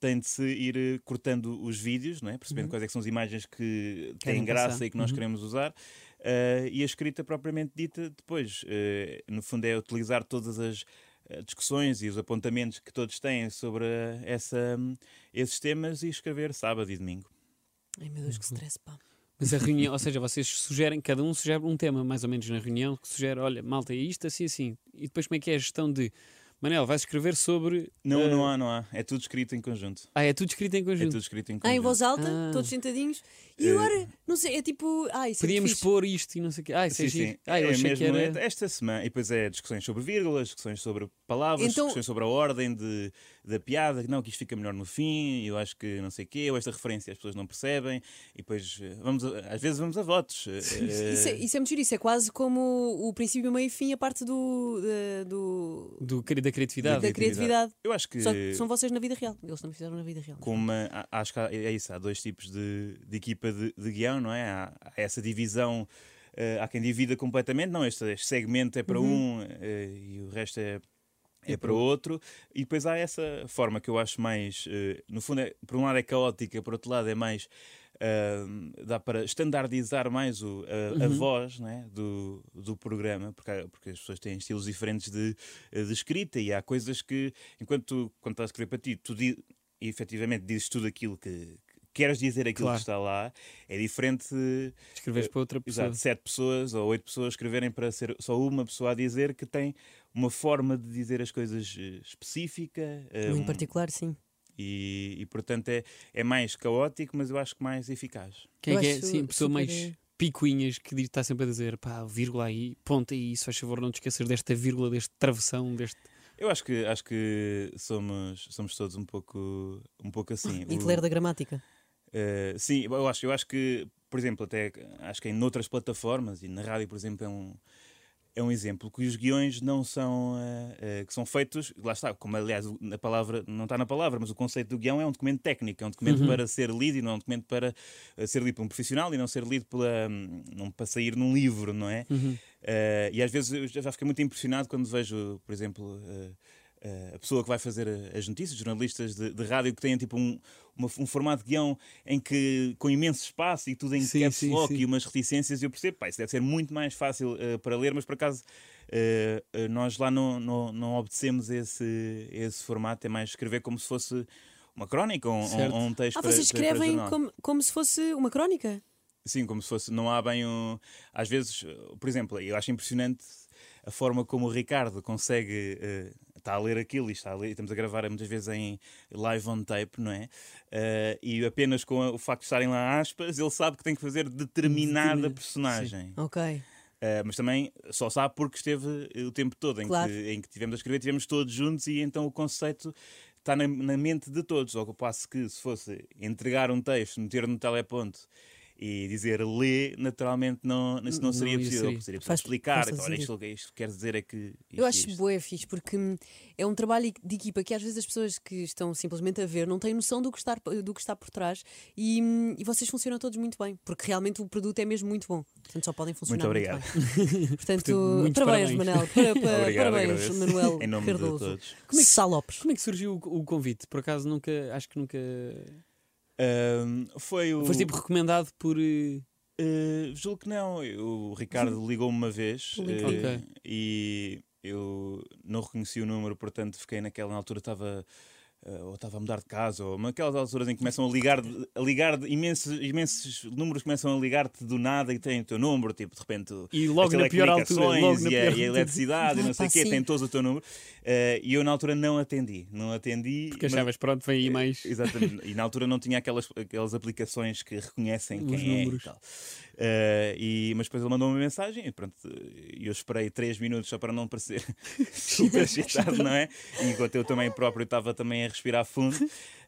A: tem de se ir eh, cortando os vídeos, não é? percebendo quais é que são as imagens que
C: Uhum. Querem
A: têm graça
C: passar.
A: e que nós
C: Uhum.
A: queremos usar. Eh, e a escrita propriamente dita, depois, eh, no fundo, é utilizar todas as eh, discussões e os apontamentos que todos têm sobre eh, essa, esses temas e escrever sábado e domingo.
B: Ai meu Deus, que stress, pá.
C: Mas a reunião, ou seja, vocês sugerem, cada um sugere um tema, mais ou menos, na reunião, que sugere, olha, malta, é isto, assim, assim. E depois como é que é a gestão de. Manel, vais escrever sobre.
A: Não,
C: eh,
A: não há, não há. É tudo escrito em conjunto.
C: Ah, é tudo escrito em
A: É
C: conjunto.
A: tudo escrito em
B: Ah, em
A: conjunto.
B: voz alta,
C: Ah.
B: todos sentadinhos. E
A: Eh,
B: agora, não sei, é tipo. Ah, isso é
C: Podíamos
B: fixe.
C: pôr isto e não sei o quê. Ah, isso é
A: Sim,
C: giro.
A: sim.
C: Ah, eu
A: é
C: achei que
A: mesmo
C: era.
A: esta semana. E depois é discussões sobre vírgulas, discussões sobre palavras,
B: Então-
A: discussões sobre a ordem de, da piada, que não, que isto fica melhor no fim, eu acho que não sei o quê, ou esta referência as pessoas não percebem, e depois eh, vamos a- às vezes vamos a votos. eh,
B: Isso é, isso é muito giro, isso é quase como o princípio, meio e fim, a parte do, da- do-
C: Do, da criatividade.
B: da criatividade.
A: Eu acho que
B: Só que são vocês na vida real. Eles também fizeram na vida real.
A: com uma- a- acho que há- é isso, há dois tipos de, de equipa de, de guião, não é? Há, há essa divisão, eh, há quem divida completamente, não, este, este segmento é para um eh, e o resto é. É para outro, e depois há essa forma que eu acho mais. eh, no fundo, é, por um lado é caótica, por outro lado é mais. ah, dá para estandardizar mais o, a, a voz não é, do, do programa, porque, há- porque as pessoas têm estilos diferentes de, eh, de escrita e há coisas que, enquanto tu, quando estás a escrever para ti, tu di, e efetivamente dizes tudo aquilo que. que Queres dizer aquilo
C: Claro.
A: que está lá, é diferente eh,
C: Escreves para outra pessoa.
A: Exato, sete pessoas ou oito pessoas escreverem para ser só uma pessoa a dizer que tem uma forma de dizer as coisas eh, específica eh,
B: Em
A: um-
B: particular, sim.
A: e, e, portanto é, é mais caótico, mas eu acho que mais eficaz.
C: Quem
B: Eu
C: é que é?
B: acho
C: Sim, a pessoa
B: super-
C: mais picuinhas que diz- está sempre a dizer pá, vírgula aí, ponta aí, se faz favor, não te esqueças desta vírgula, deste travessão, deste.
A: Eu acho que acho que somos, somos todos um pouco, um pouco assim. O-
B: Hitler da gramática.
A: Uh, sim, eu acho, eu acho que, por exemplo, até acho que em outras plataformas e na rádio, por exemplo, é um, é um exemplo que os guiões não são uh, uh, que são feitos, lá está, como aliás o- na palavra não está na palavra, mas o conceito do guião é um documento técnico, é um documento para ser lido e não é um documento para uh, ser lido por um profissional e não ser lido pela, hum, não para sair num livro, não é? Uh, e às vezes eu já já fiquei muito impressionado quando vejo, por exemplo, uh, uh, a pessoa que vai fazer a- as notícias, jornalistas de, de rádio que têm tipo um, uma- um formato de guião em que com imenso espaço e tudo em
C: Sim,
A: caps
C: sim,
A: lock
C: sim.
A: e umas reticências, eu percebo, pá, isso deve ser muito mais fácil uh, para ler, mas por acaso uh, uh, nós lá não, não, não obedecemos esse, esse formato, é mais escrever como se fosse uma crónica ou, um-
C: Certo.
A: ou um texto
B: Ah,
A: para
B: vocês
A: para- para
B: escrevem
A: jornal.
B: como, como se fosse uma crónica?
A: Sim, como se fosse, não há bem um. Às vezes, uh, por exemplo, eu acho impressionante a forma como o Ricardo consegue. uh, está a ler aquilo e está a ler, e estamos a gravar muitas vezes em live on tape, não é? Uh, e apenas com o facto de estarem lá aspas, ele sabe que tem que fazer determinada
C: Determina-
A: personagem.
B: Ok.
A: Uh, mas também só sabe porque esteve uh, o tempo todo em,
B: Claro.
A: que, em que tivemos a escrever, tivemos todos juntos e então o conceito está na, na mente de todos. Ao passo que se fosse entregar um texto, meter no teleponto e dizer lê, naturalmente não, isso não,
C: Não
A: seria
C: ia
A: possível.
C: sair.
A: Seria preciso
B: Faz-
A: explicar,
B: faz todo
A: então, olha,
B: sentido.
A: isto, isto quer dizer é que.
B: Eu
A: isto,
B: acho
A: isto.
B: boa, é fixe, porque hum, é um trabalho de equipa que às vezes as pessoas que estão simplesmente a ver não têm noção do que está, do que está por trás e, hum, e vocês funcionam todos muito bem, porque realmente o produto é mesmo muito bom. Portanto, só podem funcionar muito,
A: obrigado.
B: bem. Portanto,
C: muitos
B: parabéns,
C: parabéns.
B: Manel. Para- para-
A: Obrigado,
B: parabéns,
A: agradeço.
B: Manuel
A: Em nome de
B: Cardoso.
A: todos.
B: Como é que Sá Lopes?
C: Como é que surgiu o, o convite? Por acaso nunca, acho que nunca.
A: Ahm, foi o.
C: Foi tipo recomendado por. eh,
A: Uh, julgo que não. O Ricardo ligou-me uma vez
B: Pelo LinkedIn.
A: uh,
C: Ok.
A: e eu não reconheci o número, portanto fiquei naquela na altura estava uh, ou estava a mudar de casa, ou naquelas alturas em que começam a ligar, a ligar de- imensos, imensos números começam a ligar-te do nada e têm o teu número, tipo, de repente tu-
C: E
A: as
C: logo na pior altura. Logo
A: telecomunicações
C: na
A: e, a,
C: pior
A: e a eletricidade e não
B: Ah,
A: sei o
B: pá,
A: quê,
B: sim.
A: tem todos o teu número. Uh, e eu na altura não atendi, não atendi.
C: Porque
A: mas- é,
C: achavas, pronto, vem aí mais.
A: Exatamente. E na altura não tinha aquelas, aquelas aplicações que reconhecem
C: Os
A: quem
C: números.
A: é e tal. Eh, e, mas depois ele mandou uma mensagem e pronto, eu esperei 3 minutos só para não parecer super excitado, não é? E enquanto eu também próprio estava também a respirar fundo.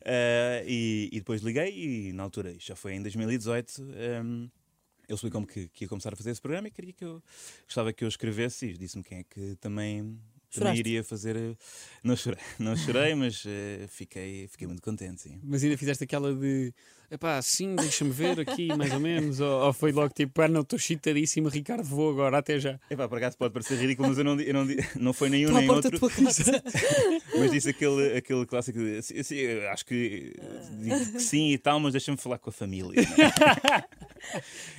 A: Eh, e, e depois liguei e na altura, isto já foi em 2018, ehm, ele explicou-me que, que ia começar a fazer esse programa e queria que eu gostava que eu escrevesse e disse-me quem é que também, também
B: Choraste?
A: iria fazer. eh, Não chorei, não chorei mas eh, fiquei, fiquei muito contente, sim.
C: Mas ainda fizeste aquela de epá, sim, deixa-me ver aqui, mais ou menos. Ou, ou foi logo tipo, ah, não, estou chitadíssimo, Ricardo, vou agora, até já.
A: Epá, por acaso pode parecer ridículo, mas eu não, di- eu não, di- não foi nenhum
B: Para a
A: nem
B: porta da tua
A: outro.
B: casa.
A: Mas disse aquele, aquele clássico de "Sim, sim, eu acho que, eh, digo que sim e tal, mas deixa-me falar com a família.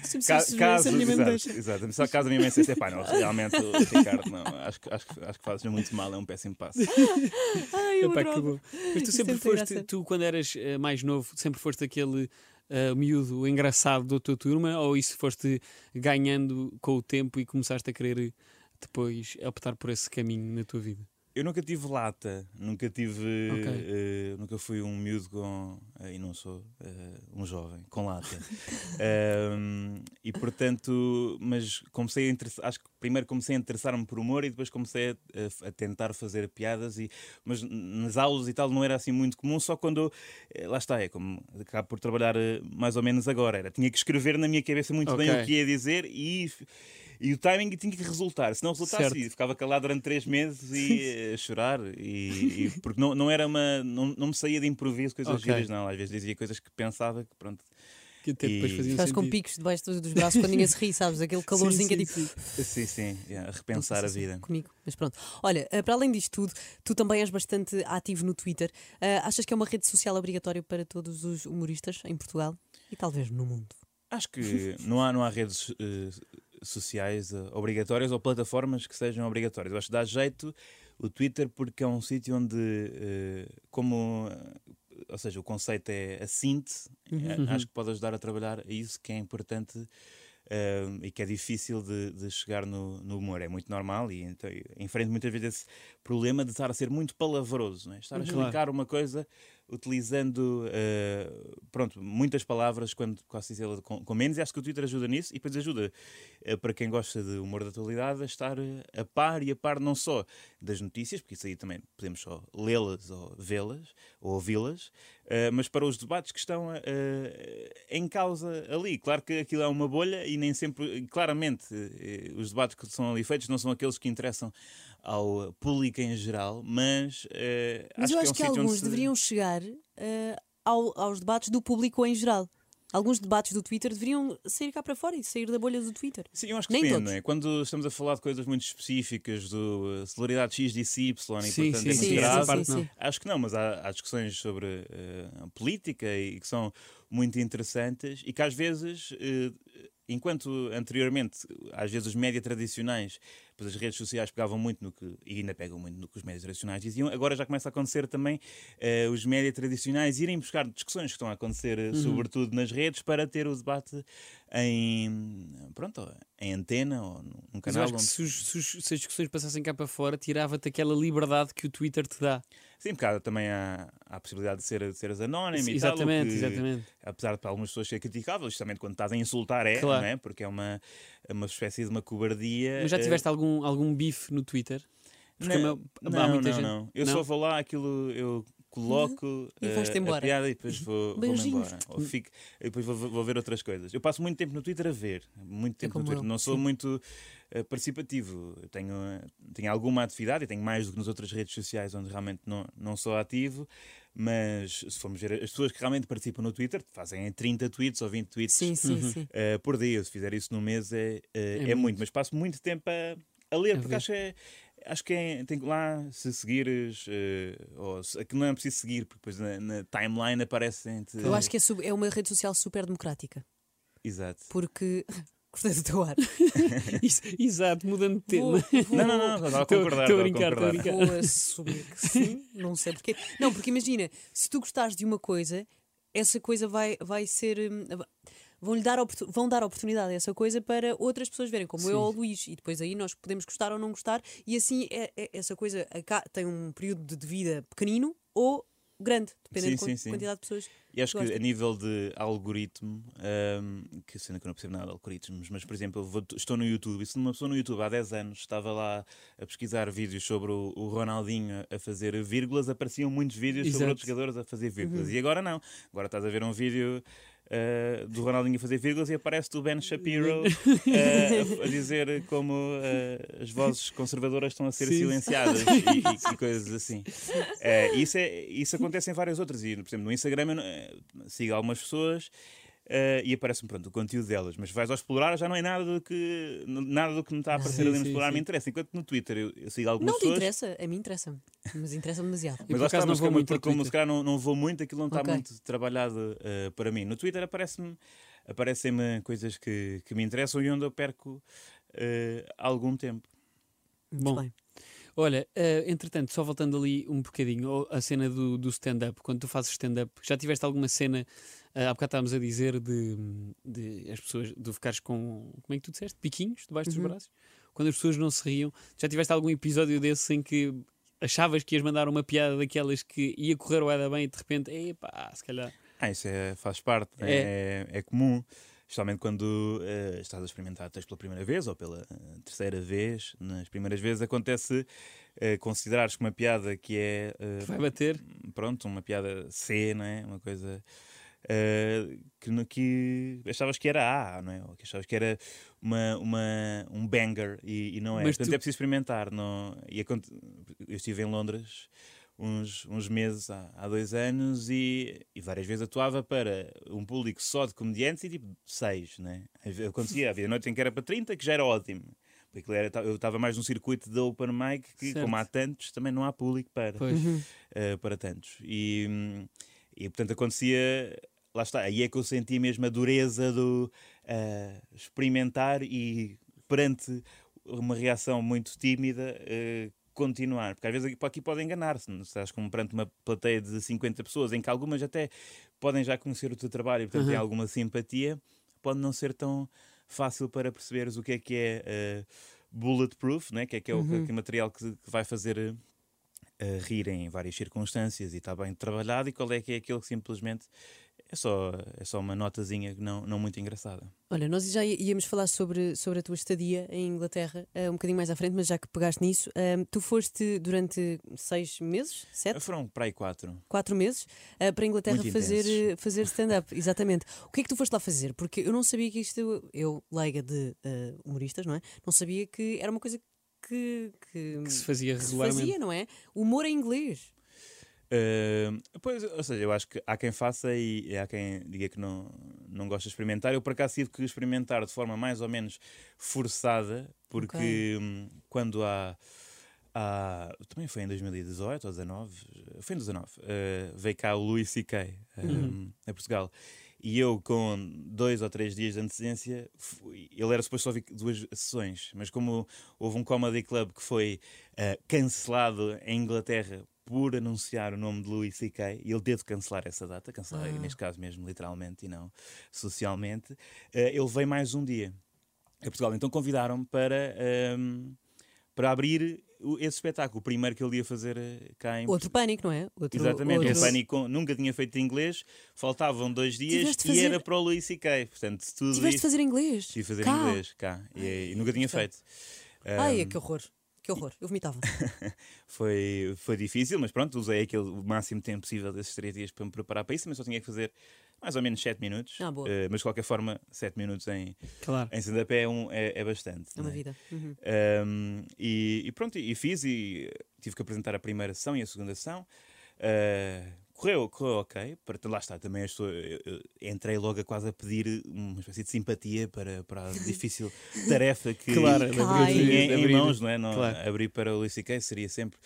B: Se me
A: Ca-
B: se- se- se
A: caso,
B: a minha mãe me
A: exato,
B: deixa.
A: exato. Só caso a minha mãe dissesse, pá, não, realmente, o Ricardo, não, acho, que- acho, que- acho que fazes muito mal, é um péssimo passo.
B: Ai, eu
C: Epá,
B: adorava.
C: acabou. Mas tu
B: Isso tem
C: sempre
B: muita
C: foste,
B: graça.
C: tu quando eras eh, mais novo, sempre foste aquele eh, miúdo engraçado da tua turma, ou isso foste ganhando com o tempo e começaste a querer depois optar por esse caminho na tua vida?
A: Eu nunca tive lata, nunca tive.
C: Ok.
A: eh, nunca fui um miúdo com. eh, e não sou eh, um jovem, com lata. Ahm, e portanto, mas comecei a interessar. Acho que primeiro comecei a interessar-me por humor e depois comecei a, a- a tentar fazer piadas. E, mas n- nas aulas e tal não era assim muito comum, só quando. eh, lá está, é como acabo por trabalhar eh, mais ou menos agora. Era, tinha que escrever na minha cabeça muito bem
C: Ok.
A: o que ia dizer e. E o timing tinha que resultar. Se não resultasse,
C: Certo.
A: ficava calado durante três meses e eh, a chorar. E, e- porque não, não era uma. Não, não me saía de improviso coisas
C: Ok.
A: giras, não. Às vezes dizia coisas que pensava que pronto.
C: Que até depois
A: E-
C: faziam
B: Estás com
C: sentido.
B: picos debaixo dos dos braços quando ninguém se ri, sabes? Aquele calorzinho que é
C: sim,
B: tipo.
C: sim.
A: Sim, sim. yeah, repensar a
B: Acontece
A: vida.
B: Comigo, mas pronto. Olha, eh, para além disto tudo, tu também és bastante ativo no Twitter. Eh, achas que é uma rede social obrigatória para todos os humoristas em Portugal e talvez no mundo?
A: Acho que não há, não há redes eh, sociais eh, obrigatórias ou plataformas que sejam obrigatórias. Eu acho que dá jeito o Twitter porque é um sítio onde, eh, como. eh, Ou seja, o conceito é a síntese, eh, acho que pode ajudar a trabalhar isso que é importante eh, e que é difícil de, de chegar no, no humor. É muito normal e então, eu enfrento muitas vezes esse problema de estar a ser muito palavroso, não é? estar a
C: Claro.
A: explicar uma coisa utilizando eh, pronto, muitas palavras quando quase dizê-la com, com menos, e acho que o Twitter ajuda nisso e depois ajuda eh, para quem gosta de humor da atualidade a estar eh, a par e a par não só das notícias, porque isso aí também podemos só lê-las ou vê-las ou ouvi-las, eh, mas para os debates que estão eh, em causa ali. Claro que aquilo é uma bolha e nem sempre, claramente, eh, os debates que são ali feitos não são aqueles que interessam ao público em geral, mas, eh,
B: Mas eu acho
A: um
B: que,
A: sítio onde
B: alguns
A: se-
B: deveriam chegar eh, ao- aos debates do público em geral. Alguns debates do Twitter deveriam sair cá para fora e sair da bolha do Twitter.
A: Sim, eu acho que
B: Nem
A: depende,
B: todos.
A: não é? Quando estamos a falar de coisas muito específicas, do eh, celebridade X disse Y, e
C: Sim,
A: portanto
C: sim,
A: é
C: sim,
A: muito
B: sim,
A: grave,
C: essa parte
B: sim,
C: não.
B: sim.
A: Acho que não, mas há, há discussões sobre eh, a política e que são muito interessantes e que às vezes, eh, enquanto anteriormente, às vezes os média tradicionais, pois as redes sociais pegavam muito no que, e ainda pegam muito no que os médias tradicionais diziam, agora já começa a acontecer também eh, os média tradicionais irem buscar discussões que estão a acontecer,
C: Uhum.
A: eh, sobretudo nas redes, para ter o debate em, pronto, em antena ou num num
C: Mas eu
A: canal.
C: acho que
A: onde-
C: se, os- se os- se as discussões passassem cá para fora, tirava-te aquela liberdade que o Twitter te dá.
A: Sim, porque há- também há, há a possibilidade de, ser, de seres anónimo e tal. é o
C: exatamente,
A: que-
C: exatamente.
A: apesar de para algumas pessoas ser criticável, justamente quando estás a insultar é,
C: Claro.
A: não é? porque é uma, é uma espécie de uma cobardia.
C: Mas já
A: eh,
C: tiveste algum, algum bife no Twitter? Porque
A: não,
C: há
A: não,
C: muita
A: não,
C: gente-
A: não. Eu
C: Não?
A: só vou lá, aquilo eu coloco
B: Uhum. E
A: eh,
B: vais-te embora. Uhum.
A: a piada e depois vou, vou
B: Beijinhos.
A: embora. Ou fico, e depois vou, vou ver outras coisas. Eu passo muito tempo no Twitter a ver, muito tempo
B: É como
A: no Twitter.
B: eu,
A: Não sou
B: sim.
A: muito eh, participativo. Eu tenho, eh, tenho alguma atividade, e tenho mais do que nas outras redes sociais onde realmente não, não sou ativo. Mas se formos ver, as pessoas que realmente participam no Twitter fazem 30 tweets ou 20 tweets
B: Sim, sim, sim.
A: Uh, por dia. Se fizer isso no mês é, uh, é,
C: muito.
A: muito. mas passo muito tempo a, a ler, porque
C: ver.
A: acho, é- acho que é, tem que lá se seguires, uh, ou se, aquilo não é preciso seguir, porque depois na, na timeline aparecem-te.
B: Eu acho que é, sub- é uma rede social super democrática.
A: Exato.
B: Porque. Gostei do teu ar.
C: Isso- Exato, mudando de tema.
B: Vou- vou-
A: Não, não, não, não, estava a
C: Estou-
A: concordar.
C: estou a brincar,
A: estava
C: estou a
A: concordar.
C: brincar.
B: Vou assumir que sim, não sei porquê. Não, porque imagina, se tu gostares de uma coisa, essa coisa vai, vai ser. hum, Vão-lhe dar, oportu- vão dar oportunidade a essa coisa para outras pessoas verem, como eu ou o Luís, e depois aí nós podemos gostar ou não gostar, e assim é- é- essa coisa aca- tem um período de- de vida pequenino ou grande, dependendo
A: Sim,
B: da
A: sim,
B: quan-
A: sim.
B: quantidade de pessoas.
A: E acho que
B: Gosto.
A: a nível de algoritmo, ahm, que sendo que eu não percebo nada de algoritmos, mas por exemplo, eu vou- estou no YouTube, e se uma pessoa no YouTube há 10 anos estava lá a pesquisar vídeos sobre o, o Ronaldinho a fazer vírgulas, apareciam muitos vídeos
C: Exato. Uhum.
A: sobre outros jogadores a fazer vírgulas. E agora não. Agora estás a ver um vídeo. ah, do Ronaldinho a fazer vírgulas e aparece o Ben Shapiro ah, a, a dizer como ah, as vozes conservadoras estão a ser
C: Sim.
A: silenciadas e- e- e coisas assim. É, isso, é, isso acontece em várias outras. E, por exemplo, no Instagram eu não- eh, sigo algumas pessoas eh, e aparece-me pronto, o conteúdo delas, mas vais ao explorar já não é nada do que, nada do que me está a aparecer
C: Sim,
A: ali no
C: sim,
A: explorar
C: sim.
A: me interessa. Enquanto no Twitter eu, eu sigo algumas
B: Não te
A: pessoas.
B: interessa, a mim interessa-me, mas interessa-me demasiado.
C: Eu,
A: Mas
C: por
A: lá está,
C: acaso, não
A: mas
C: vou
A: como,
C: muito ao
A: porque como
C: Twitter.
A: se calhar não, não vou muito, aquilo não está
B: Ok.
A: muito trabalhado eh, para mim. No Twitter aparece-me aparecem-me coisas que, que me interessam e onde eu perco eh, algum tempo.
C: Bom.
B: Muito bem.
C: Olha, eh, entretanto, só voltando ali um bocadinho ao- à cena do, do stand-up, quando tu fazes stand-up, já tiveste alguma cena, eh, há bocado estávamos a dizer, de, de as pessoas, de ficares com, como é que tu disseste? Piquinhos debaixo dos braços? Quando as pessoas não se riam, já tiveste algum episódio desse em que achavas que ias mandar uma piada daquelas que ia correr o Eda bem e de repente, epá, se calhar.
A: Ah, isso é- faz parte, né? é. é comum. Especialmente quando eh, estás a experimentar texto pela primeira vez ou pela eh, terceira vez, nas primeiras vezes acontece eh, considerares que uma piada que é eh,
C: Vai bater.
A: pronto, uma piada C, não é? Uma coisa eh, que, no- que achavas que era A, não é? Ou que achavas que era uma, uma, um banger e, e não é.
C: Mas
A: Portanto,
C: tu-
A: é preciso experimentar. Não... E aconte- Eu estive em Londres uns, uns meses há, há dois anos e, e várias vezes atuava para um público só de comediantes e tipo seis, né? Acontecia, havia noite em que era para 30, que já era ótimo. Porque aquilo era- eu estava mais num circuito de open mic que,
C: Certo.
A: como há tantos, também não há público para
C: Pois. Uhum.
A: uh, para tantos. E, hum, e portanto acontecia, lá está, aí é que eu senti mesmo a dureza do uh, experimentar e perante uma reação muito tímida. uh, Continuar, porque às vezes aqui, aqui pode enganar-se. não é? Estás como perante uma plateia de 50 pessoas, em que algumas até podem já conhecer o teu trabalho e, portanto,
C: Uhum.
A: têm alguma simpatia, pode não ser tão fácil para perceberes o que é que é uh, bulletproof, né? que é que é o que- que material que, que vai fazer uh, a rir em várias circunstâncias e está bem trabalhado, e qual é que é aquele que simplesmente é só, é só uma notazinha que não, não muito engraçada.
B: Olha, nós já í- íamos falar sobre, sobre a tua estadia em Inglaterra eh, um bocadinho mais à frente, mas já que pegaste nisso, eh, tu foste durante seis meses, sete,
A: Foram para aí quatro.
B: quatro meses, eh, para a Inglaterra
A: Muito
B: fazer,
A: intensos.
B: eh, fazer stand-up. Exatamente. O que é que tu foste lá fazer? Porque eu não sabia que isto, eu, leiga de eh, humoristas, não é? Não sabia que era uma coisa que, que,
C: Que se fazia
B: Hum. que se
C: regularmente.
B: fazia, não é? Humor em inglês.
A: Ah, pois, ou seja, eu acho que há quem faça e há quem diga que não, não gosta de experimentar. Eu, por acaso, tive que experimentar de forma mais ou menos forçada, porque
B: Ok.
A: hum, quando há. há- também foi em 2018 ou 19, foi em 19, ah, veio cá o Luís C.K. ah, a Portugal. E eu, com dois ou três dias de antecedência, fui- ele era suposto só vir duas sessões, mas como houve um comedy club que foi ah, cancelado em Inglaterra por anunciar o nome de Louis C.K. e ele teve de cancelar essa data, cancelar
B: Ah.
A: neste caso mesmo literalmente e não socialmente, eh, ele veio mais um dia a Portugal. Então convidaram-me para, ahm, para abrir o- esse espetáculo, o primeiro que ele ia fazer eh, cá em
B: Outro pânico, não é? Outro,
A: Exatamente,
B: outro-
A: o Pânico com- nunca tinha feito inglês, faltavam dois dias
B: Tiveste de
A: e
B: fazer-
A: era para o Louis C.K. Portanto, tudo
B: Tiveste de
A: isso
B: fazer inglês.
A: tive de fazer
B: Cá.
A: inglês cá e, e nunca tinha
B: gostei.
A: feito. Ah,
B: Ai,
A: Ahm,
B: que horror. Que horror. Eu vomitava.
A: foi, foi difícil, mas pronto, usei aquele o máximo tempo possível desses três dias para me preparar para isso, mas só tinha que fazer mais ou menos 7 minutos.
B: Ah, boa.
A: Eh, mas de qualquer forma, 7 minutos em,
C: Claro.
A: em stand-up é, um, é, é bastante.
B: É uma
A: né?
B: vida. Uhum.
A: Um, e, e pronto, e fiz e tive que apresentar a primeira sessão e a segunda sessão. Uh, correu, correu ok. Para, lá está, também as pessoas- eu, eu entrei logo a quase a pedir uma espécie de simpatia para, para a difícil tarefa que,
C: Claro,
A: que
B: de
A: eu
B: abrir-
A: tinha
C: de
A: em
C: abrir.
A: mãos, não é? Não,
C: Claro.
A: Abrir para o Luís C.K. seria sempre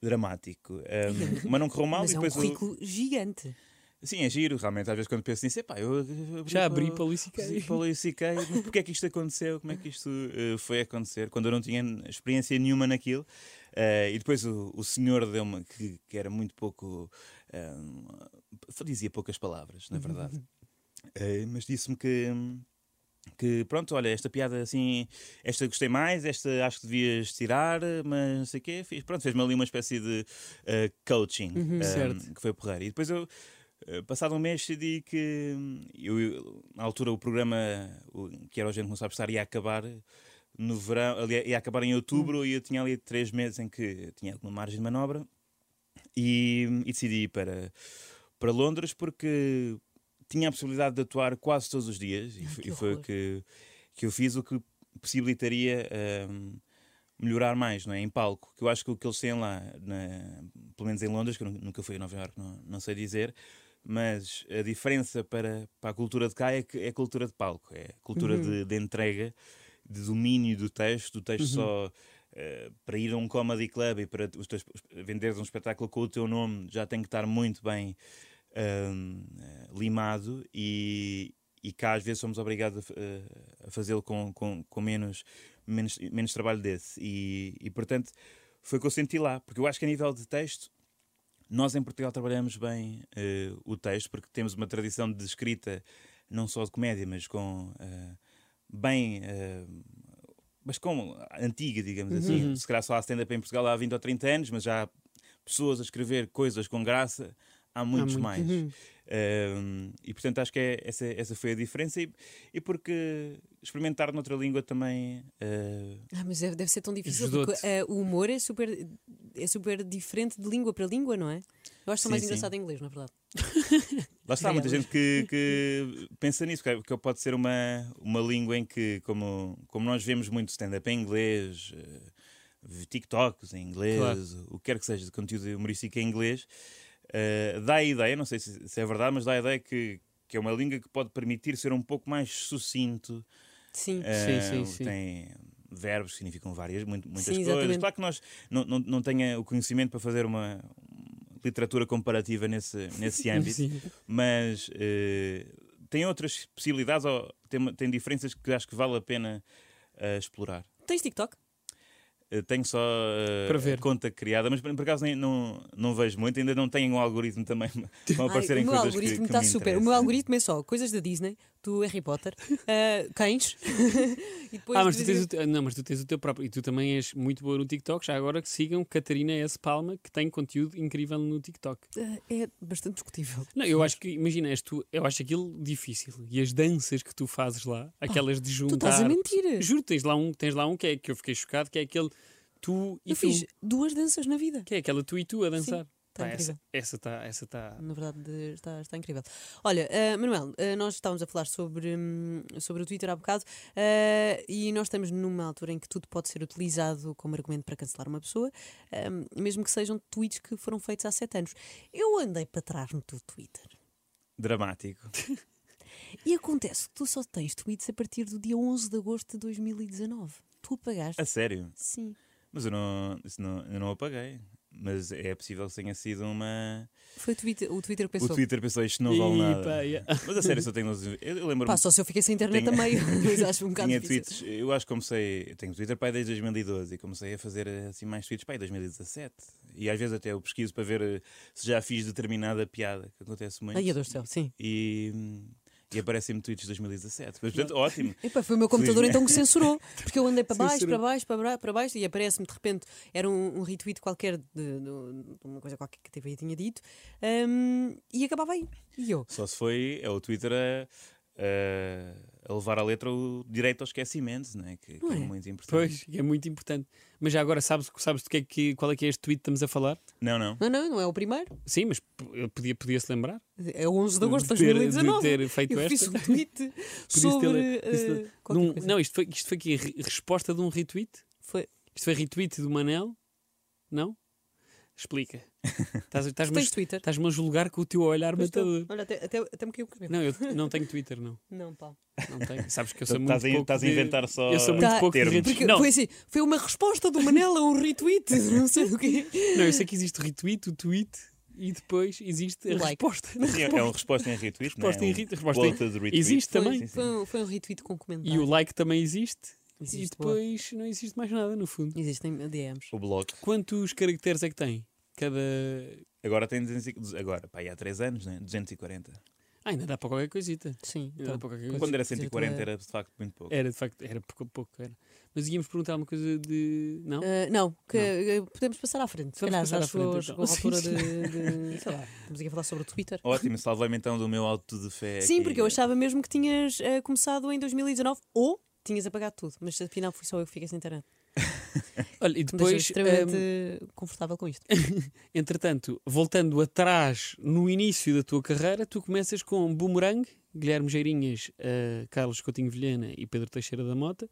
A: dramático. Um, mas não correu mal
B: Mas
A: e
B: é um
A: depois. o-
B: currículo gigante.
A: Sim, é giro, realmente. Às vezes quando penso nisso, epá, eu eu
C: Já abri
A: o-
C: para o Luís C.K..
A: Sim, para o Luís C.K., mas porque é que isto aconteceu? Como é que isto eh, foi acontecer? Quando eu não tinha experiência nenhuma naquilo. Eh, e depois o, o senhor deu-me, que, que era muito pouco. eh, dizia poucas palavras, na verdade. Eh, mas disse-me que. hum, Que pronto, olha, esta piada assim, esta gostei mais, esta acho que devias tirar, mas não sei o quê. Fiz, pronto, fez-me ali uma espécie de eh, coaching, eh,
C: Certo.
A: que foi porreiro. E depois eu, eh, passado um mês decidi que hum, eu, eu- na altura o programa o- que era o Gente Não Sabe Estar ia acabar no verão, aliás, ia acabar em
B: Hum.
A: outubro e eu tinha ali três meses em que tinha alguma margem de manobra e, e decidi ir para, para Londres porque tinha a possibilidade de atuar quase todos os dias e,
B: Ai,
A: foi-
B: que
A: e foi o
B: horror.
A: que, que eu fiz, o que possibilitaria hum, melhorar mais não é? em palco, que eu acho que o que eles têm lá, na- pelo menos em Londres, que eu nu- nunca fui a Nova Iorque, não, não sei dizer, mas a diferença para, para a cultura de cá é, que, é a cultura de palco, é a cultura de, de entrega, de domínio do texto, do texto só. eh, para ir a um comedy club e para os teus, venderes um espetáculo com o teu nome já tem que estar muito bem hum, eh, limado e, e cá às vezes somos obrigados a, fa- eh, a fazê-lo com, com, com menos, menos, menos trabalho desse. E, e portanto foi o que eu senti lá, porque eu acho que a nível de texto. Nós em Portugal trabalhamos bem eh, o texto porque temos uma tradição de escrita não só de comédia, mas com eh, bem eh, mas como antiga, digamos assim. Se calhar só há stand-up em Portugal há 20 ou 30 anos, mas já há pessoas a escrever coisas com graça há muitos
C: muito.
A: mais. Um, e portanto acho que é- essa, essa foi a diferença. E, e porque experimentar noutra língua também. uh,
B: Ah, mas deve, deve ser tão difícil
C: Ajudou-te.
B: porque eh, o humor é super, é super diferente de língua para língua, não é? Eu acho que é mais
A: Sim, sim.
B: engraçado em inglês, na verdade.
A: Lá está, há muita
B: Variáveis.
A: gente que, que pensa nisso, que que pode ser uma, uma língua em que, como, como nós vemos muito stand-up em inglês, eh, vi- TikToks em inglês,
C: Claro.
A: o que quer que seja de conteúdo humorístico em inglês, eh, dá a ideia, não sei se, se é verdade, mas dá a ideia que, que é uma língua que pode permitir ser um pouco mais sucinto.
B: Sim.
A: eh,
C: sim, sim.
A: Tem verbos que significam várias, muito- muitas
B: Sim,
A: coisas.
B: exatamente.
A: Claro que nós não, não, não tenha o conhecimento para fazer uma literatura comparativa nesse, nesse âmbito
C: Sim.
A: mas eh, tem outras possibilidades ou tem, tem diferenças que acho que vale a pena eh, explorar.
B: Tens TikTok?
A: Eh, tenho só eh,
C: Para ver.
A: a conta criada, mas por por acaso nem- não, não vejo muito, ainda não tenho um algoritmo também para
B: Ai,
A: aparecerem
B: o meu
A: coisas que-
B: algoritmo tá
A: que, me
B: super. O
A: interessem.
B: meu algoritmo é só coisas da Disney, do Harry Potter, ah, cães. e depois
C: Ah, mas
B: de-
C: tu, tens o te- não, mas tu tens o teu próprio. E tu também és muito boa no TikTok. Já agora que sigam Catarina S. Palma, que tem conteúdo incrível no TikTok.
B: Ah, é bastante discutível.
C: Não, eu acho que, imagina, és tu, eu acho aquilo difícil. E as danças que tu fazes lá, aquelas de
B: Ah, Tu
A: um
C: juntar.
B: estás a mentir.
C: Juro, tens lá um, tens lá um que, é, que eu fiquei chocado, que é aquele tu e
B: Eu
C: tu.
B: fiz duas danças na vida.
C: Que é aquela tu e tu a dançar.
B: Está
C: Pá,
B: incrível.
C: essa essa está. Essa tá...
B: Na verdade, de- está, está incrível. Olha, ah, Manuel, ah, nós estávamos a falar sobre, hum, sobre o Twitter há bocado ah, e nós estamos numa altura em que tudo pode ser utilizado como argumento para cancelar uma pessoa, ah, mesmo que sejam tweets que foram feitos há sete anos. Eu andei para trás no teu Twitter.
A: Dramático.
B: E acontece que tu só tens tweets a partir do dia 11 de agosto de 2019. Tu apagaste?
A: A sério.
B: Sim.
A: Mas eu não, isso não, eu não apaguei. Mas é possível que tenha sido uma.
B: Foi o Twitter, o Twitter que pensou.
A: O Twitter pensou isto não vale
C: Ih,
A: nada.
C: pá, é, yeah.
A: Mas a sério, só tenho. Eu lembro-me
B: Pá, só se eu fiquei sem internet
A: Tinha-
B: a meio, mas acho um bocado
A: tinha
B: difícil.
A: tweets, eu acho que comecei, eu tenho Twitter pai desde 2012 e comecei a fazer assim mais tweets pai 2017. E às vezes até eu pesquiso para ver eh, se já fiz determinada piada, que acontece muito.
B: Ai, eu do céu, sim.
A: E, e aparecem-me tweets de 2017. Mas, portanto, ótimo.
B: Epá, foi o meu computador
A: Felizmente.
B: então que censurou, porque eu andei para baixo,
C: Censurou.
B: para baixo, para baixo, para baixo e aparece-me de repente, era um, um retweet qualquer de, de- de uma coisa qualquer que a TV tinha dito hum, e acabava aí. E eu,
A: Só se foi é o Twitter a, a- a levar à letra o direito ao esquecimento, né? que, que
B: Não
A: é
B: é?
A: muito importante.
C: Pois, é muito importante. Mas já agora sabes, sabes do que é que, qual é que é este tweet que estamos a falar?
A: Não, não.
B: não, não, não é o primeiro,
C: Sim, mas p- eu podia- podia-se lembrar.
B: é o 11 de agosto de
C: ter-
B: 2019.
C: ter feito
B: eu fiz
C: esta.
B: um tweet
C: Podia-se ter-
B: sobre.
C: podia-se ter-
B: eh, qualquer
C: Num-
B: coisa.
C: não, isto foi, isto foi aqui, re- resposta de um retweet?
B: Foi.
C: Isto foi retweet do Manel? Não? Explica. Estás-
B: Tu
C: Estás-me
B: tens
C: a-
B: Twitter?
C: estás-me a julgar com o teu olhar
B: Pois estou.
C: matador.
B: Olha, até, até, até me caiu o cabelo.
C: Não, eu t- não tenho Twitter, tá. não.
B: Não, pá.
C: Não tenho. Sabes que eu sou muito
A: Então Estás a,
C: pouco
A: estás a
C: de-
A: inventar só.
C: Eu sou muito
B: Tá.
C: pouco de
A: termos.
C: redes.
B: Porque
C: Não,
B: foi assim, foi uma resposta do Manel a um retweet, não sei do quê.
C: não, eu sei que existe o retweet, o tweet e depois existe a
B: Like.
C: resposta.
A: Sim, é uma resposta em retweet. não é?
C: Resposta em
A: Um
C: re- resposta em-
A: quote de retweet.
C: Existe
B: Foi-
C: também.
A: Sim, sim.
B: Foi, um, foi um retweet com comentário.
C: E o like também existe.
B: Existe,
C: e depois não existe mais nada, no fundo.
B: Existem DMs.
A: O bloco.
C: Quantos caracteres é que tem? Cada.
A: Agora tem 200, agora, pá, aí há 3 anos, né? 240.
C: Ah, ainda dá para qualquer coisita.
B: Sim. então.
C: Ainda dá para qualquer coisita.
A: Quando era
B: quer dizer,
A: 140
B: tu é-
A: era de facto muito pouco.
C: Era, de facto, era pouco a pouco. Era. Mas íamos perguntar uma coisa de. Não?
B: Ah, não, que, eh, podemos passar à frente. Se
C: Vamos
B: calhar
C: passar
B: já
C: à frente,
B: chegou
C: então. É
B: chegou a
C: Sim,
B: altura
C: sim.
B: de, de- Sei lá, estamos aqui a falar sobre o Twitter.
A: Ótimo, salvei-me então do meu auto de fé.
B: Sim,
A: aqui.
B: porque eu
C: é.
B: achava mesmo que tinhas eh, começado em 2019 ou tinhas apagado tudo, mas afinal fui só eu que fiquei sem internet.
C: Olha, e
B: Depois,
C: depois.
B: extremamente
C: hum,
B: eh, confortável com isto.
C: entretanto, voltando atrás no início da tua carreira, tu começas com Boomerang, Guilherme Geirinhas, eh, Carlos Coutinho Vilhena e Pedro Teixeira da Mota.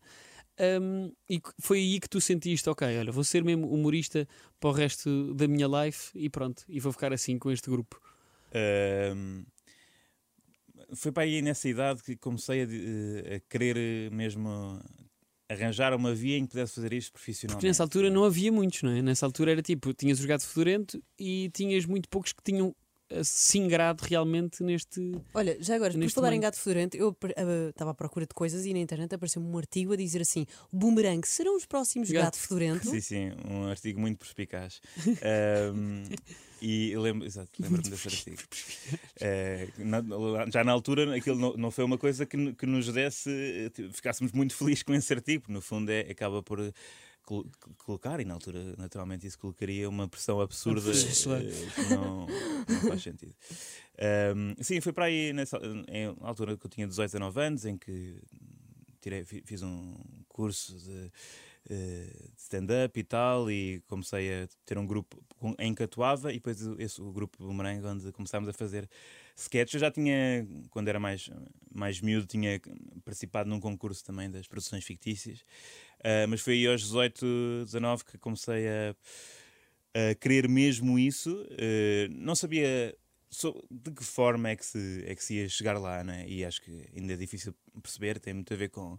C: Hum, e que- foi aí que tu sentiste, ok, olha, vou ser mesmo humorista para o resto da minha life e pronto, e vou ficar assim com este grupo.
A: Ahm, foi para aí nessa idade que comecei a, de- a querer eh, mesmo arranjar uma via em que pudesse fazer isto profissionalmente.
C: Porque nessa altura não havia muitos, não é? Nessa altura era tipo, tinhas o gato fedorento e tinhas muito poucos que tinham eh, singrado realmente neste.
B: Olha, já agora, por
C: Neste
B: falar em
C: momento.
B: gato fedorento, eu eh, estava à procura de coisas e na internet apareceu-me um artigo a dizer assim: boomerang serão os próximos gato,
C: Gato.
B: fedorento?
A: Sim, sim, um artigo muito perspicaz. Ahm, e eu lembro, exato, lembro-me desse artigo. Eh, na- na- já na altura, aquilo não, não foi uma coisa que, no- que nos desse, eh, tipo, ficássemos muito felizes com esse artigo, porque no fundo é, acaba por colo- colocar, e na altura, naturalmente, isso colocaria uma pressão absurda
C: Claro.
A: eh, que não, não faz sentido. Ahm, sim, foi para aí nessa em altura que eu tinha 18, 19 anos, em que tirei, fi- fiz um curso de, eh, de stand-up e tal, e comecei a ter um grupo com- em que atuava, e depois o- esse, o grupo Boomerang, onde começámos a fazer sketches. Eu já tinha, quando era mais, mais miúdo, tinha participado num concurso também das produções fictícias, Ah, mas foi aí aos 18, 19 que comecei a, a querer mesmo isso. Eh, não sabia so- de que forma é que se, é que se ia chegar lá, né? e acho que ainda é difícil perceber, tem muito a ver com,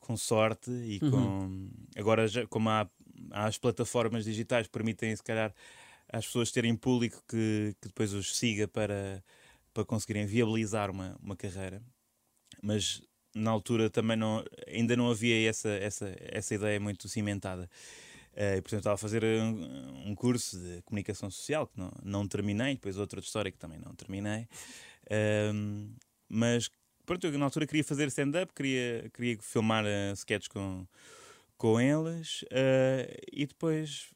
A: com sorte e com. Agora, já, como há, há as plataformas digitais que permitem, se calhar, às pessoas terem público que, que depois os siga para, para conseguirem viabilizar uma, uma carreira. Mas na altura também não, ainda não havia essa, essa, essa ideia muito cimentada. Eh, e, portanto, estava a fazer eh, um, um curso de comunicação social que não, não terminei, depois outra de história que também não terminei. Ahm, mas pronto, eu na altura queria fazer stand-up, queria, queria filmar eh, sketches com, com eles eh, e depois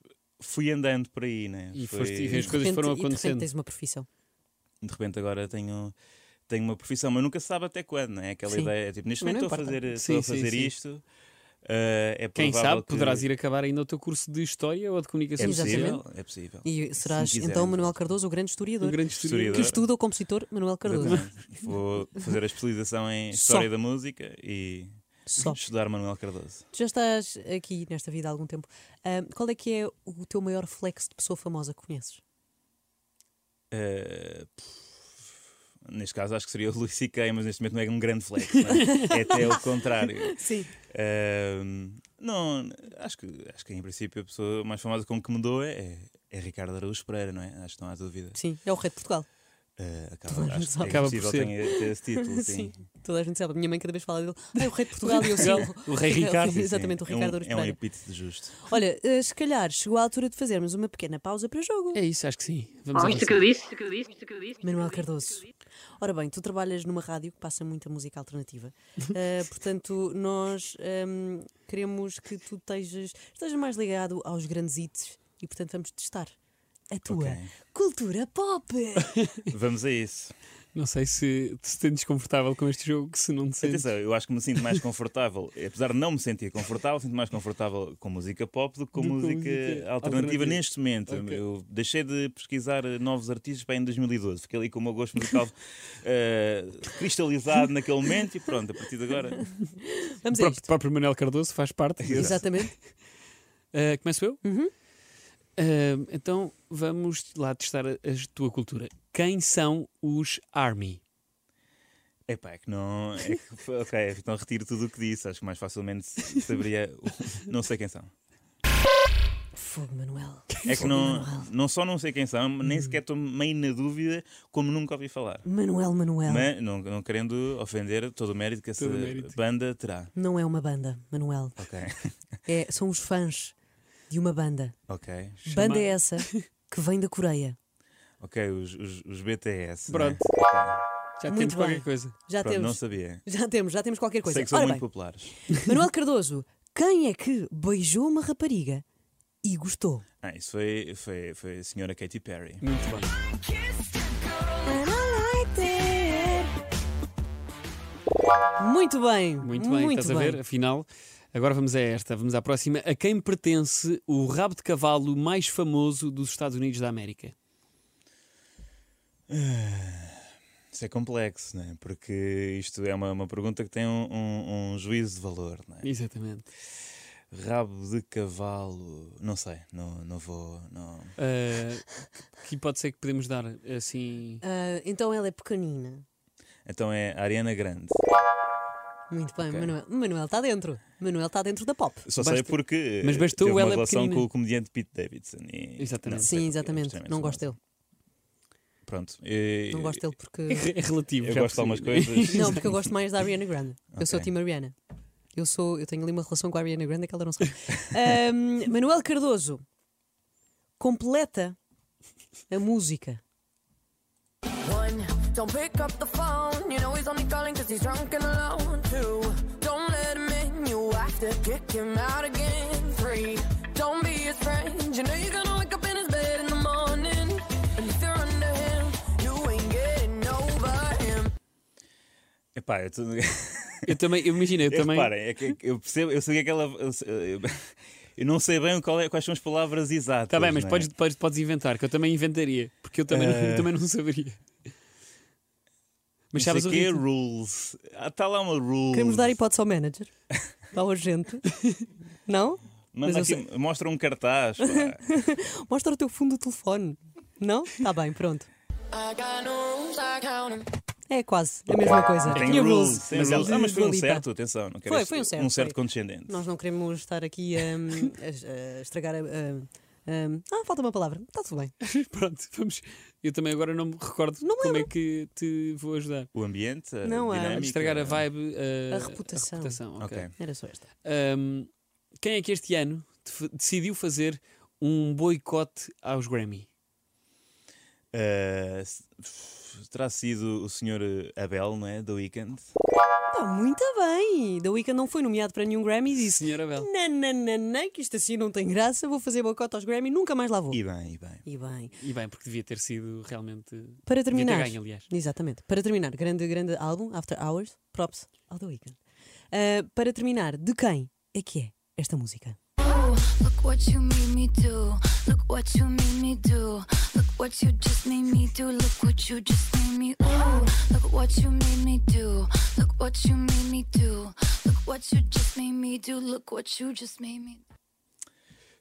A: fui andando por aí, né?
C: E
A: Foi-
C: foste- e vês
B: De
C: As coisas foram
B: e de repente
C: acontecendo.
B: tens uma profissão.
A: de repente agora tenho, tenho uma profissão, mas nunca se sabe até quando, não é? Aquela
B: Sim.
A: ideia, tipo, neste
B: Mas
A: momento
B: não
A: estou a fazer,
B: importa.
A: estou
C: Sim,
A: a
C: sim,
A: fazer
C: sim.
A: isto. eh, é
C: Quem
A: provável
C: sabe
A: que-
C: poderás ir acabar ainda o teu curso de História ou de
A: É
C: Comunicação Social.
A: possível,
B: Exatamente.
A: é possível.
B: E serás
A: quiser,
B: então
A: então.
B: Manuel Cardoso, o grande historiador.
C: Um grande
A: Historiador.
B: Que
A: historiador.
B: estuda o compositor Manuel Cardoso.
A: Exatamente. Vou fazer a especialização em
B: Só.
A: História da Música e
B: Só.
A: estudar Manuel Cardoso.
B: Tu já estás aqui nesta vida há algum tempo. Ahm, qual é que é o teu maior flex de pessoa famosa que conheces?
A: Eh, pff, neste caso acho que seria o Luís C.K., mas neste momento não é um grande flex, não é? é até o contrário.
B: Sim.
A: Ahm, não, acho que, acho que em princípio a pessoa mais famosa com que me dou é, é Ricardo Araújo Pereira, não é? Acho que não há dúvida.
B: Sim, é o rei de Portugal.
A: Ah,
B: Toda
A: acaba,
B: a gente
A: acho que
B: sabe.
A: é
C: Acaba por ser.
A: impossível ter, ter esse título, sim.
B: Toda a gente sabe. A minha mãe cada vez fala dele. Ah, é o rei de Portugal e eu sim.
C: O Rei Ricardo.
A: Sim, sim.
B: Exatamente, o
A: É um-
B: Ricardo Araújo
A: É um,
B: Pereira.
A: epítete justo.
B: Olha, eh, se calhar chegou a altura de fazermos uma pequena pausa para jogo.
C: É isso, acho que sim. Vamos
D: Oh,
C: avançar.
D: isto que eu disse, isto que eu disse, isto que eu disse.
B: Manuel Cardoso. Ora bem, tu trabalhas numa rádio que passa muita música alternativa. Eh, portanto, nós ehm, queremos que tu estejas, estejas mais ligado aos grandes hits e, portanto, vamos testar a tua
A: Ok.
B: cultura pop.
A: Vamos a isso.
C: Não sei se se te desconfortável com este jogo, se não te sentes.
A: Atenção, eu acho que me sinto mais confortável, apesar de não me sentir confortável, sinto mais confortável com música pop do que com
C: Do que com
A: música,
C: música
A: alternativa,
C: alternativa.
A: neste momento.
C: Ok.
A: Eu deixei de pesquisar eh, novos artistas para em 2012, fiquei ali com o meu gosto musical eh, cristalizado naquele momento e pronto, a partir de agora.
B: Vamos
C: O
B: a
C: próprio,
B: isto.
C: próprio Manuel Cardoso faz parte. desse-
B: Exatamente.
C: Ah, começo eu? Ah, então vamos lá testar a, a tua cultura. Quem são os Army?
A: Epá, é que não. É que, foi- ok, então retiro tudo o que disse, acho que mais facilmente saberia. o- Não sei quem são.
B: Fogo, Manuel.
A: É que não, não só não sei quem são, nem sequer estou meio na dúvida, como nunca ouvi falar.
B: Manuel Manuel.
A: Mas não, não querendo ofender todo o mérito que essa
C: Todo o mérito.
A: banda terá.
B: Não é uma banda, Manuel.
A: Ok,
B: É- são os fãs de uma banda.
A: ok.
B: Banda é essa que vem da Coreia.
A: Ok, os, os, os BTS.
C: Pronto.
A: Né? Ok.
C: Já
B: Muito
C: temos
B: bem.
C: qualquer coisa.
B: Já
A: Pronto, não
B: temos.
A: sabia.
B: Já temos, já temos qualquer coisa.
A: Sei que são
B: Ora
A: muito
B: bem,
A: populares.
B: Manuel Cardoso, quem é que beijou uma rapariga e gostou?
A: Ah, isso foi, foi, foi a senhora Katy Perry.
C: Muito bem.
B: Muito bem,
C: Muito bem, estás a ver? Afinal, agora vamos a esta, vamos à próxima. A quem pertence o rabo de cavalo mais famoso dos Estados Unidos da América?
A: Isso é complexo, né? Porque isto é uma, uma pergunta que tem um, um- um juízo de valor, né?
C: Exatamente.
A: Rabo de cavalo. Não sei, não, não vou. Não...
C: Ah, que pode ser que podemos dar assim.
B: Ah, então ela é pequenina.
A: Então é a Ariana Grande.
B: Muito bem, Manuel. Manuel está dentro. Manuel está dentro da pop.
A: Só sei
C: Basta-
A: porque.
C: Mas bastou
A: teve
C: ela
A: uma relação
C: pequenina.
A: com o comediante Pete Davidson. e-
C: Exatamente.
A: Não sei
B: Sim,
A: porque é
B: exatamente.
A: extremamente
B: Não
A: famoso.
B: gosto dele.
A: Pronto. eh,
B: Não gosto dele porque.
C: É relativo.
A: Eu
C: já
A: gosto de algumas
C: percebi.
A: coisas.
B: Não, porque eu gosto mais da Ariana Grande. Eu sou a
A: Ok.
B: Tim Ariana. Eu, sou, eu tenho ali uma relação com a Ariana Grande que ela não sabe. Ahm, Manuel Cardoso completa a música.
E: One, don't pick up the phone. You know he's only calling 'cause he's drunk and alone. Two, don't let him in. You have to kick him out again. Three, don't be his friend. You know you're gonna wake up in his bed in the morning. And if you're under him, you ain't getting over him.
A: Epá, eu tô-
C: Eu também, eu imagino, eu
A: É,
C: também.
A: Reparem, é que eu percebo, eu sei que aquela. Eu, eu- eu não sei bem qual é- quais são as palavras exatas.
B: Tá
C: Está Tá bem, mas
A: não é? Ah.
C: podes, podes, podes inventar, que eu também inventaria, porque eu também, não, eu também não saberia. Mas
A: Não
C: sabes o
A: sei quê,
C: ritmo.
A: rules. Está lá uma rules.
B: Queremos dar hipótese ao manager, ao agente. Não?
A: Manda
B: mas eu É
A: aqui- Mostra um cartaz. pá.
B: Mostra o teu fundo do telefone. Não? Está bem, pronto.
E: I got no rules, I count 'em.
B: É quase a mesma coisa.
A: Tá Tem
B: Tinha
A: rules. tem
B: mas
A: rules.
B: eles-
A: Ah, mas foi um
B: Dua Lipa.
A: certo, atenção. Não quero
B: Foi,
A: este-
B: foi um certo,
A: Um certo
B: foi.
A: condescendente.
B: Nós não queremos estar aqui hum, a, a estragar a. a- a- ah, falta uma palavra. Está tudo bem.
C: Pronto, vamos. Eu também agora não me recordo
B: Não me
C: como é que te vou ajudar.
A: O ambiente. A
B: Não, é a-
A: dinâmica,
C: A estragar a vibe, a,
B: A reputação.
C: a reputação, ok.
A: Ok.
B: Era só esta.
C: Ahm, quem é que este ano def- decidiu fazer um boicote aos Grammy?
A: Ah, se- f- terá sido o senhor Abel, não é? Do Weekend.
B: Pá, Tá muito bem. The Weeknd não foi nomeado para nenhum Grammy e disse:
C: Senhora Bel.
B: Nananana, que isto assim não tem graça, vou fazer boicote aos Grammy, nunca mais lá vou.
A: E bem, e bem.
B: E bem,
C: E bem, porque devia ter sido realmente.
B: para
C: Devia ter
B: terminar.
C: ganho, aliás.
B: Exatamente. Para terminar, grande, grande álbum, After Hours, props ao The Weeknd. Ah, para terminar, de quem é que é esta música?
F: Oh, look what you made me do. Look what you made me do. Look what you just made me do. Look what you just made me. Oh, look what you made me do. Look what you made me do. Look what you just made me do. Look what you just made me do.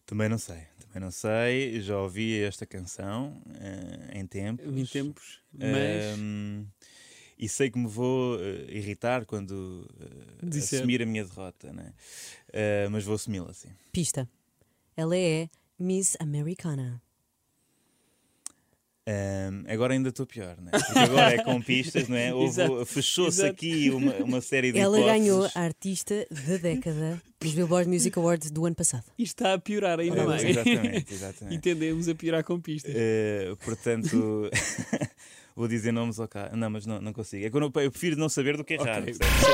A: Também não sei. Também não sei. Já ouvi esta canção ah, em tempo.
C: Em tempos, mas.
A: Ahm, e sei que me vou eh, irritar quando eh,
C: Disser.
A: assumir a minha derrota, né? Eh, mas vou assumi-la assim.
B: Pista. Ela é Miss Americana.
A: Ahm, Ehm, agora ainda estou pior, né? Porque agora é com pistas, não é? Houve-
C: Exato,
A: Fechou-se
C: exato.
A: aqui uma, uma série de
B: Ela
A: hipóteses.
B: ganhou a artista da década dos Billboard Music Awards do ano passado.
C: E está a piorar ainda
A: Eh,
C: mais.
A: Exatamente, é. exatamente.
C: Entendemos a piorar com pistas.
A: Eh, portanto, vou dizer nomes ao cá. Não, mas não, não consigo. É que eu, não- eu prefiro não saber do que errar.
C: Ok.
A: percebes?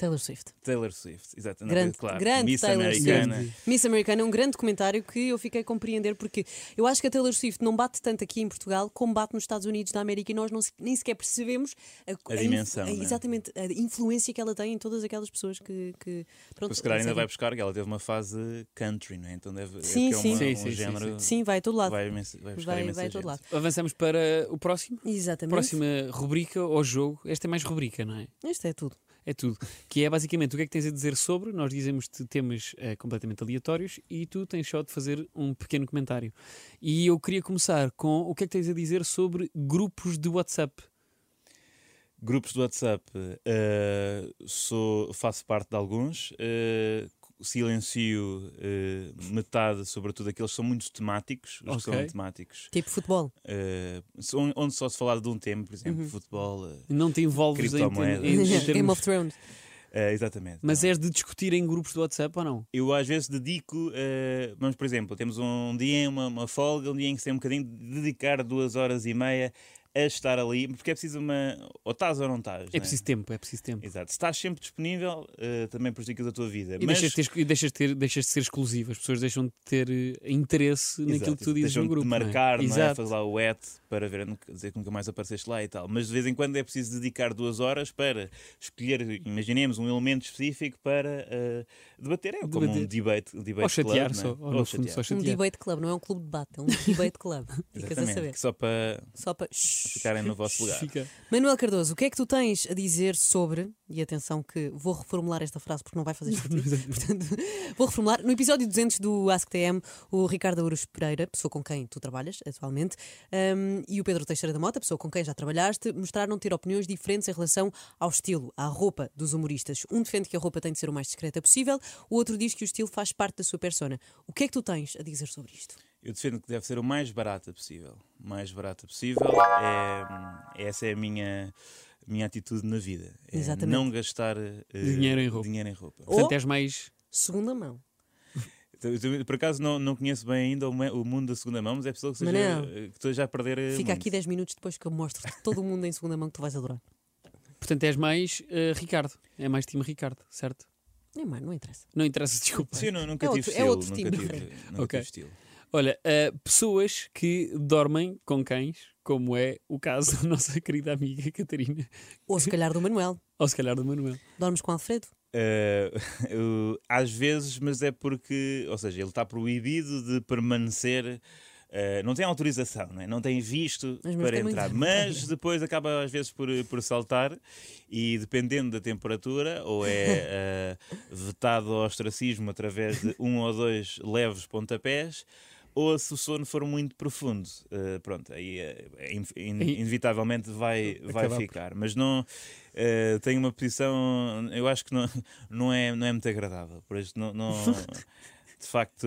B: Taylor Swift.
A: Taylor Swift, exato. Não,
B: Grande,
A: claro.
B: grande
A: Miss
B: Taylor
A: Americana.
B: Swift. Miss Americana é um grande comentário que eu fiquei a compreender porque eu acho que a Taylor Swift não bate tanto aqui em Portugal como bate nos Estados Unidos da América e nós não se- nem sequer percebemos a,
A: A dimensão,
B: a-
A: né?
B: exatamente a influência que ela tem em todas aquelas pessoas que. que pronto,
A: Pois, Então, se calhar ainda vai
B: conseguem.
A: buscar, que ela teve uma fase country, não é? Então deve
B: Sim,
A: é porque
B: sim.
A: é uma-
C: Sim,
A: um
C: sim, sim,
A: género.
C: sim.
B: Sim, vai a todo lado.
A: Vai, imenso, vai buscar
B: Vai,
A: imensa
B: vai a
A: gente.
B: todo lado.
C: Avançamos para o próximo.
B: Exatamente.
C: Próxima rubrica ou jogo. Esta é mais rubrica, não é?
B: Isto é tudo.
C: É tudo. Que é basicamente o que é que tens a dizer sobre. Nós dizemos-te temas eh, completamente aleatórios e tu tens só de fazer um pequeno comentário. E eu queria começar com o que é que tens a dizer sobre grupos de WhatsApp.
A: Grupos do WhatsApp, eh, sou, faço parte de alguns, eh, silencio eh, metade, sobretudo aqueles que são muito temáticos, os que
C: Ok.
A: são temáticos,
B: Tipo futebol.
A: eh, são- onde só se falar de um tema, por
B: Uhum.
A: exemplo, futebol. eh,
C: Não te envolves em,
A: Criptomoedas.
C: em- em
B: Game
C: termos-
B: of Thrones.
A: eh, exatamente.
C: Mas
A: não.
C: és de discutir em grupos de WhatsApp ou não?
A: Eu às vezes dedico, eh, vamos por exemplo, temos um dia, uma, uma folga, um dia em que se tem um bocadinho de dedicar duas horas e meia a estar ali, porque é preciso uma. ou estás ou não estás.
C: É preciso tempo, é preciso tempo.
A: Exato. Se estás sempre disponível, eh, também prejudicas a tua vida.
C: E
A: Mas
C: deixas, de ter, e deixas de ter- deixas de ser exclusivo, as pessoas deixam de ter eh, interesse naquilo
A: Exato,
C: que tu dizes
A: deixam
C: no
A: de
C: grupo.
A: te
C: não é?
A: marcar, não é?
C: Exato.
A: Faz lá o at para ver, nunca- dizer que nunca mais apareceste lá e tal. Mas de vez em quando é preciso dedicar duas horas para escolher, imaginemos, um elemento específico para eh, debater. É como um
C: Debater.
A: debate, um debate
C: Ou chatear só,
A: club, não é?
C: ou no fundo só
A: chatear.
B: Um
C: chatear.
B: debate club, não é um clube de debate, é um debate club. Ficas a
A: Exatamente,
B: saber.
A: que só para
B: Só para.
A: ficarem no vosso lugar.
C: Fica.
B: Manuel Cardoso, o que é que tu tens a dizer sobre, e atenção que vou reformular esta frase porque não vai fazer sentido, portanto, vou reformular. No episódio 200 do AskTM, o Ricardo Aurus Pereira, pessoa com quem tu trabalhas atualmente, hum, e o Pedro Teixeira da Mota, pessoa com quem já trabalhaste, mostraram ter opiniões diferentes em relação ao estilo, à roupa dos humoristas. Um defende que a roupa tem de ser o mais discreta possível, o outro diz que o estilo faz parte da sua persona. O que é que tu tens a dizer sobre isto?
A: Eu defendo que deve ser o mais barata possível. Mais barata possível. É, essa é a minha, minha atitude na vida. É
B: Exatamente.
A: Não gastar eh,
C: Dinheiro em roupa.
A: dinheiro em roupa. Então,
B: Ou-
C: Portanto, és mais.
B: Segunda mão.
A: Eu também, Por acaso não, não conheço bem ainda o me- o mundo da segunda mão, mas é possível que, seja,
B: Manel,
A: eh, que esteja a perder. eh,
B: Fica
A: muito.
B: aqui 10 minutos depois que eu mostro todo mundo em segunda mão que tu vais adorar.
C: Portanto, és mais eh, Ricardo. É mais time Ricardo, certo?
B: Nem mais, não interessa.
C: Não interessa, desculpa.
A: Sim, eu não, nunca
B: É
A: tive
B: outro- é
A: estilo.
B: outro
A: nunca
B: tipo.
A: tive, nunca
C: Ok.
A: tive estilo.
C: Olha, eh, pessoas que dormem com cães, como é o caso da nossa querida amiga Catarina,
B: Ou se calhar do Manuel.
C: ou se calhar do Manuel.
B: Dormes com Alfredo?
A: Eh, eu- às vezes, mas é porque, ou seja, ele está proibido de permanecer. eh, não tem autorização, não, é? não tem visto
B: Mas, mas
A: para
B: tem muito-
A: entrar, mas depois acaba às vezes por, por saltar e dependendo da temperatura, ou é eh, vetado ao ostracismo através de um ou dois leves pontapés, ou se o sono for muito profundo, eh, pronto, aí eh, é in- in-
C: Aí-
A: inevitavelmente vai, vai
C: Acabar por-
A: ficar, mas não eh, tenho uma posição, eu acho que não, não, é, não é muito agradável, por isso não, não- de facto,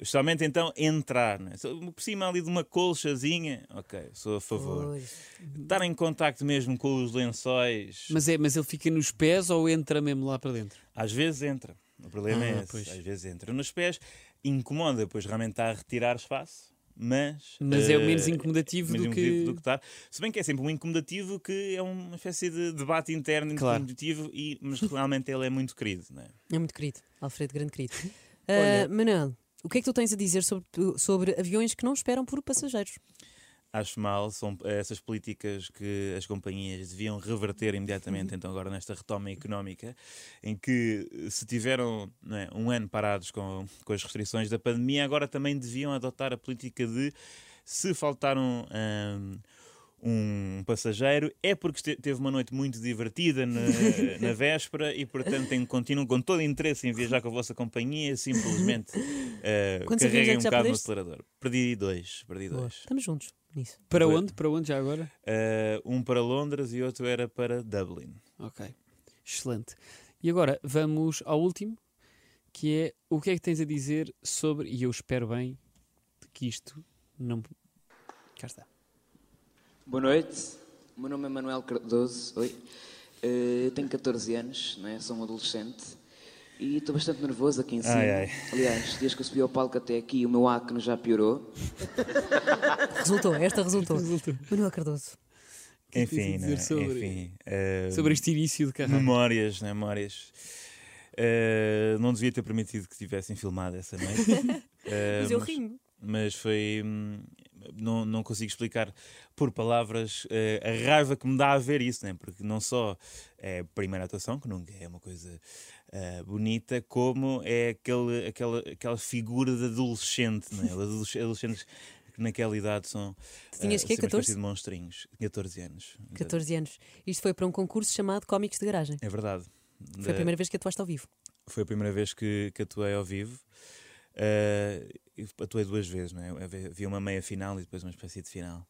A: especialmente então entrar, né? Só por cima ali de uma colchazinha, ok, sou a favor.
B: Pois.
A: Estar em contacto mesmo com os lençóis,
C: Mas, é, mas ele fica nos pés ou entra mesmo lá para dentro?
A: às vezes entra, o problema é
C: Ah,
A: esse,
C: pois.
A: às vezes entra nos pés, incomoda, pois realmente está a retirar espaço, mas...
C: Mas é o
A: eh,
C: menos incomodativo
A: menos
C: do
A: incomodativo
C: que.
A: do que estar. Se bem que é sempre um incomodativo que é uma espécie de debate interno
C: Claro.
A: incomodativo, e, mas realmente ele é muito querido, não é?
B: É muito querido. Alfredo, grande querido. Ah, Manuel, o que é que tu tens a dizer sobre, sobre aviões que não esperam por passageiros?
A: Acho mal, são eh, essas políticas que as companhias deviam reverter
B: Uhum.
A: imediatamente, então agora nesta retoma económica, em que eh, se tiveram não é, um ano parados com, com as restrições da pandemia, agora também deviam adotar a política de se faltar um, hum, um passageiro, é porque este- teve uma noite muito divertida na, na véspera e portanto tenho, continuo com todo interesse em viajar com a vossa companhia, simplesmente eh,
B: Quantos aviões é
A: carreguem
B: que
A: um
B: já
A: bocado no
B: perdeste?
A: acelerador. Perdi dois, perdi dois.
B: Boa. Estamos juntos nisso.
C: Para
A: Foi-
C: onde? Para onde já agora?
A: Uh, um para Londres e outro era para Dublin.
C: Ok. Excelente. E agora vamos ao último, que é o que é que tens a dizer sobre. E eu espero bem que isto não. Cá está.
G: Boa noite, o meu nome é Manuel Cardoso, oi. Eh, Eu tenho 14 anos, né? sou um adolescente e estou bastante nervoso aqui em cima.
A: Ai, ai.
G: Aliás, desde que eu subi ao palco até aqui, o meu acne já piorou.
B: Resultou, esta resultou. Manuel Cardoso.
C: que é que
A: enfim,
C: tens a
A: né,
C: dizer sobre-
A: enfim, uh,
C: Sobre este início de carreira.
A: memórias, né, memórias. Uh, não devia ter permitido que tivessem filmado essa noite. Uh,
B: Mas eu rimo.
A: mas foi. hum, Não, não consigo explicar por palavras eh, a raiva que me dá a ver isso, né? porque não só é a primeira atuação, que nunca é uma coisa eh, bonita, como é aquele, aquela, aquela figura de adolescente, né? Os adoles- adolescentes que naquela idade são.
B: Tu tinhas
A: eh,
B: quê,
A: sempre uma
B: 14?
A: espécie de monstrinhos. 14 anos.
B: 14 anos. Isto foi para um concurso chamado Cómicos de Garagem.
A: É verdade.
B: Foi a
A: Da-
B: primeira vez que atuaste ao vivo.
A: foi a primeira vez que, que atuei ao vivo. Ah, e atuei duas vezes, não é? Havia- Havia uma meia final e depois uma espécie de final.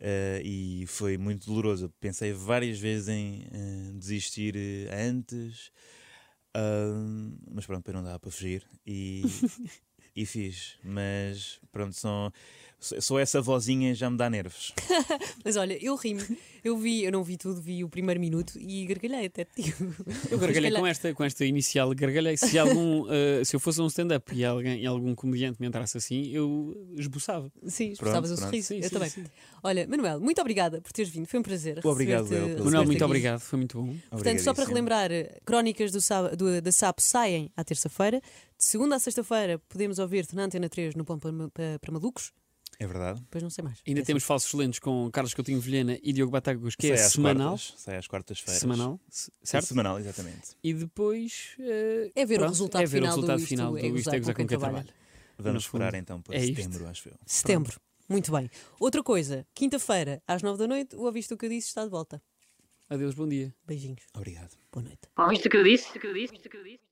A: Ah, e foi muito doloroso. Pensei várias vezes em ah, desistir eh, antes, Ah, mas pronto, depois não dava para fugir. E, e fiz. Mas pronto, só, só essa vozinha já me dá nervos.
B: Mas olha, eu rimo. Eu vi, eu não vi tudo, vi o primeiro minuto e gargalhei até. Tipo,
C: Eu gargalhei com esta, com esta inicial, gargalhei. Se, algum, eh, se eu fosse a um stand-up e alguém, e algum comediante me entrasse assim, eu esboçava.
B: Sim, expressavas um
A: pronto.
B: sorriso.
C: Sim,
B: eu
C: sim,
B: também.
C: sim.
B: Olha, Manuel, muito obrigada por teres vindo. Foi um prazer.
A: Obrigado,
B: receber-te-
A: eu, pelo
C: Manuel,
B: receber-te
C: muito
B: aqui.
C: obrigado, foi muito bom.
B: Portanto, só para
A: Obrigadíssimo.
B: relembrar, eh, crónicas do Sa- do- da SAP saem à terça-feira. De segunda a sexta-feira podemos ouvir-te na Antena 3 no Pão para, para- para Malucos.
A: É verdade.
B: Depois não sei mais.
C: Ainda
B: É
C: temos falsos lentos com Carlos Coutinho Vilhena e Diogo Batagos, que é
A: Sai às
C: semanal.
A: quartas- Sai às quartas-feiras.
C: Semanal, se- certo?
A: Semanal, exatamente.
C: E depois. eh,
B: É ver o
C: pronto,
B: resultado
C: é ver
B: final
C: o
B: do
C: resultado
B: Isto
C: final
B: é
C: do Isto
B: Gozar
C: é Gozar
B: com Quem
C: com quem
B: Trabalha.
C: trabalha. No
A: Vamos
C: fundo,
A: esperar então para
C: é isto.
A: setembro, acho eu.
B: isso. Setembro. Muito bem. Outra coisa, quinta-feira, às nove da noite, o Ouviste o que eu disse está de volta.
C: Adeus, bom dia.
B: Beijinhos.
A: Obrigado.
B: Boa noite.
D: Ouviste o que eu disse? Ouviste o que eu disse?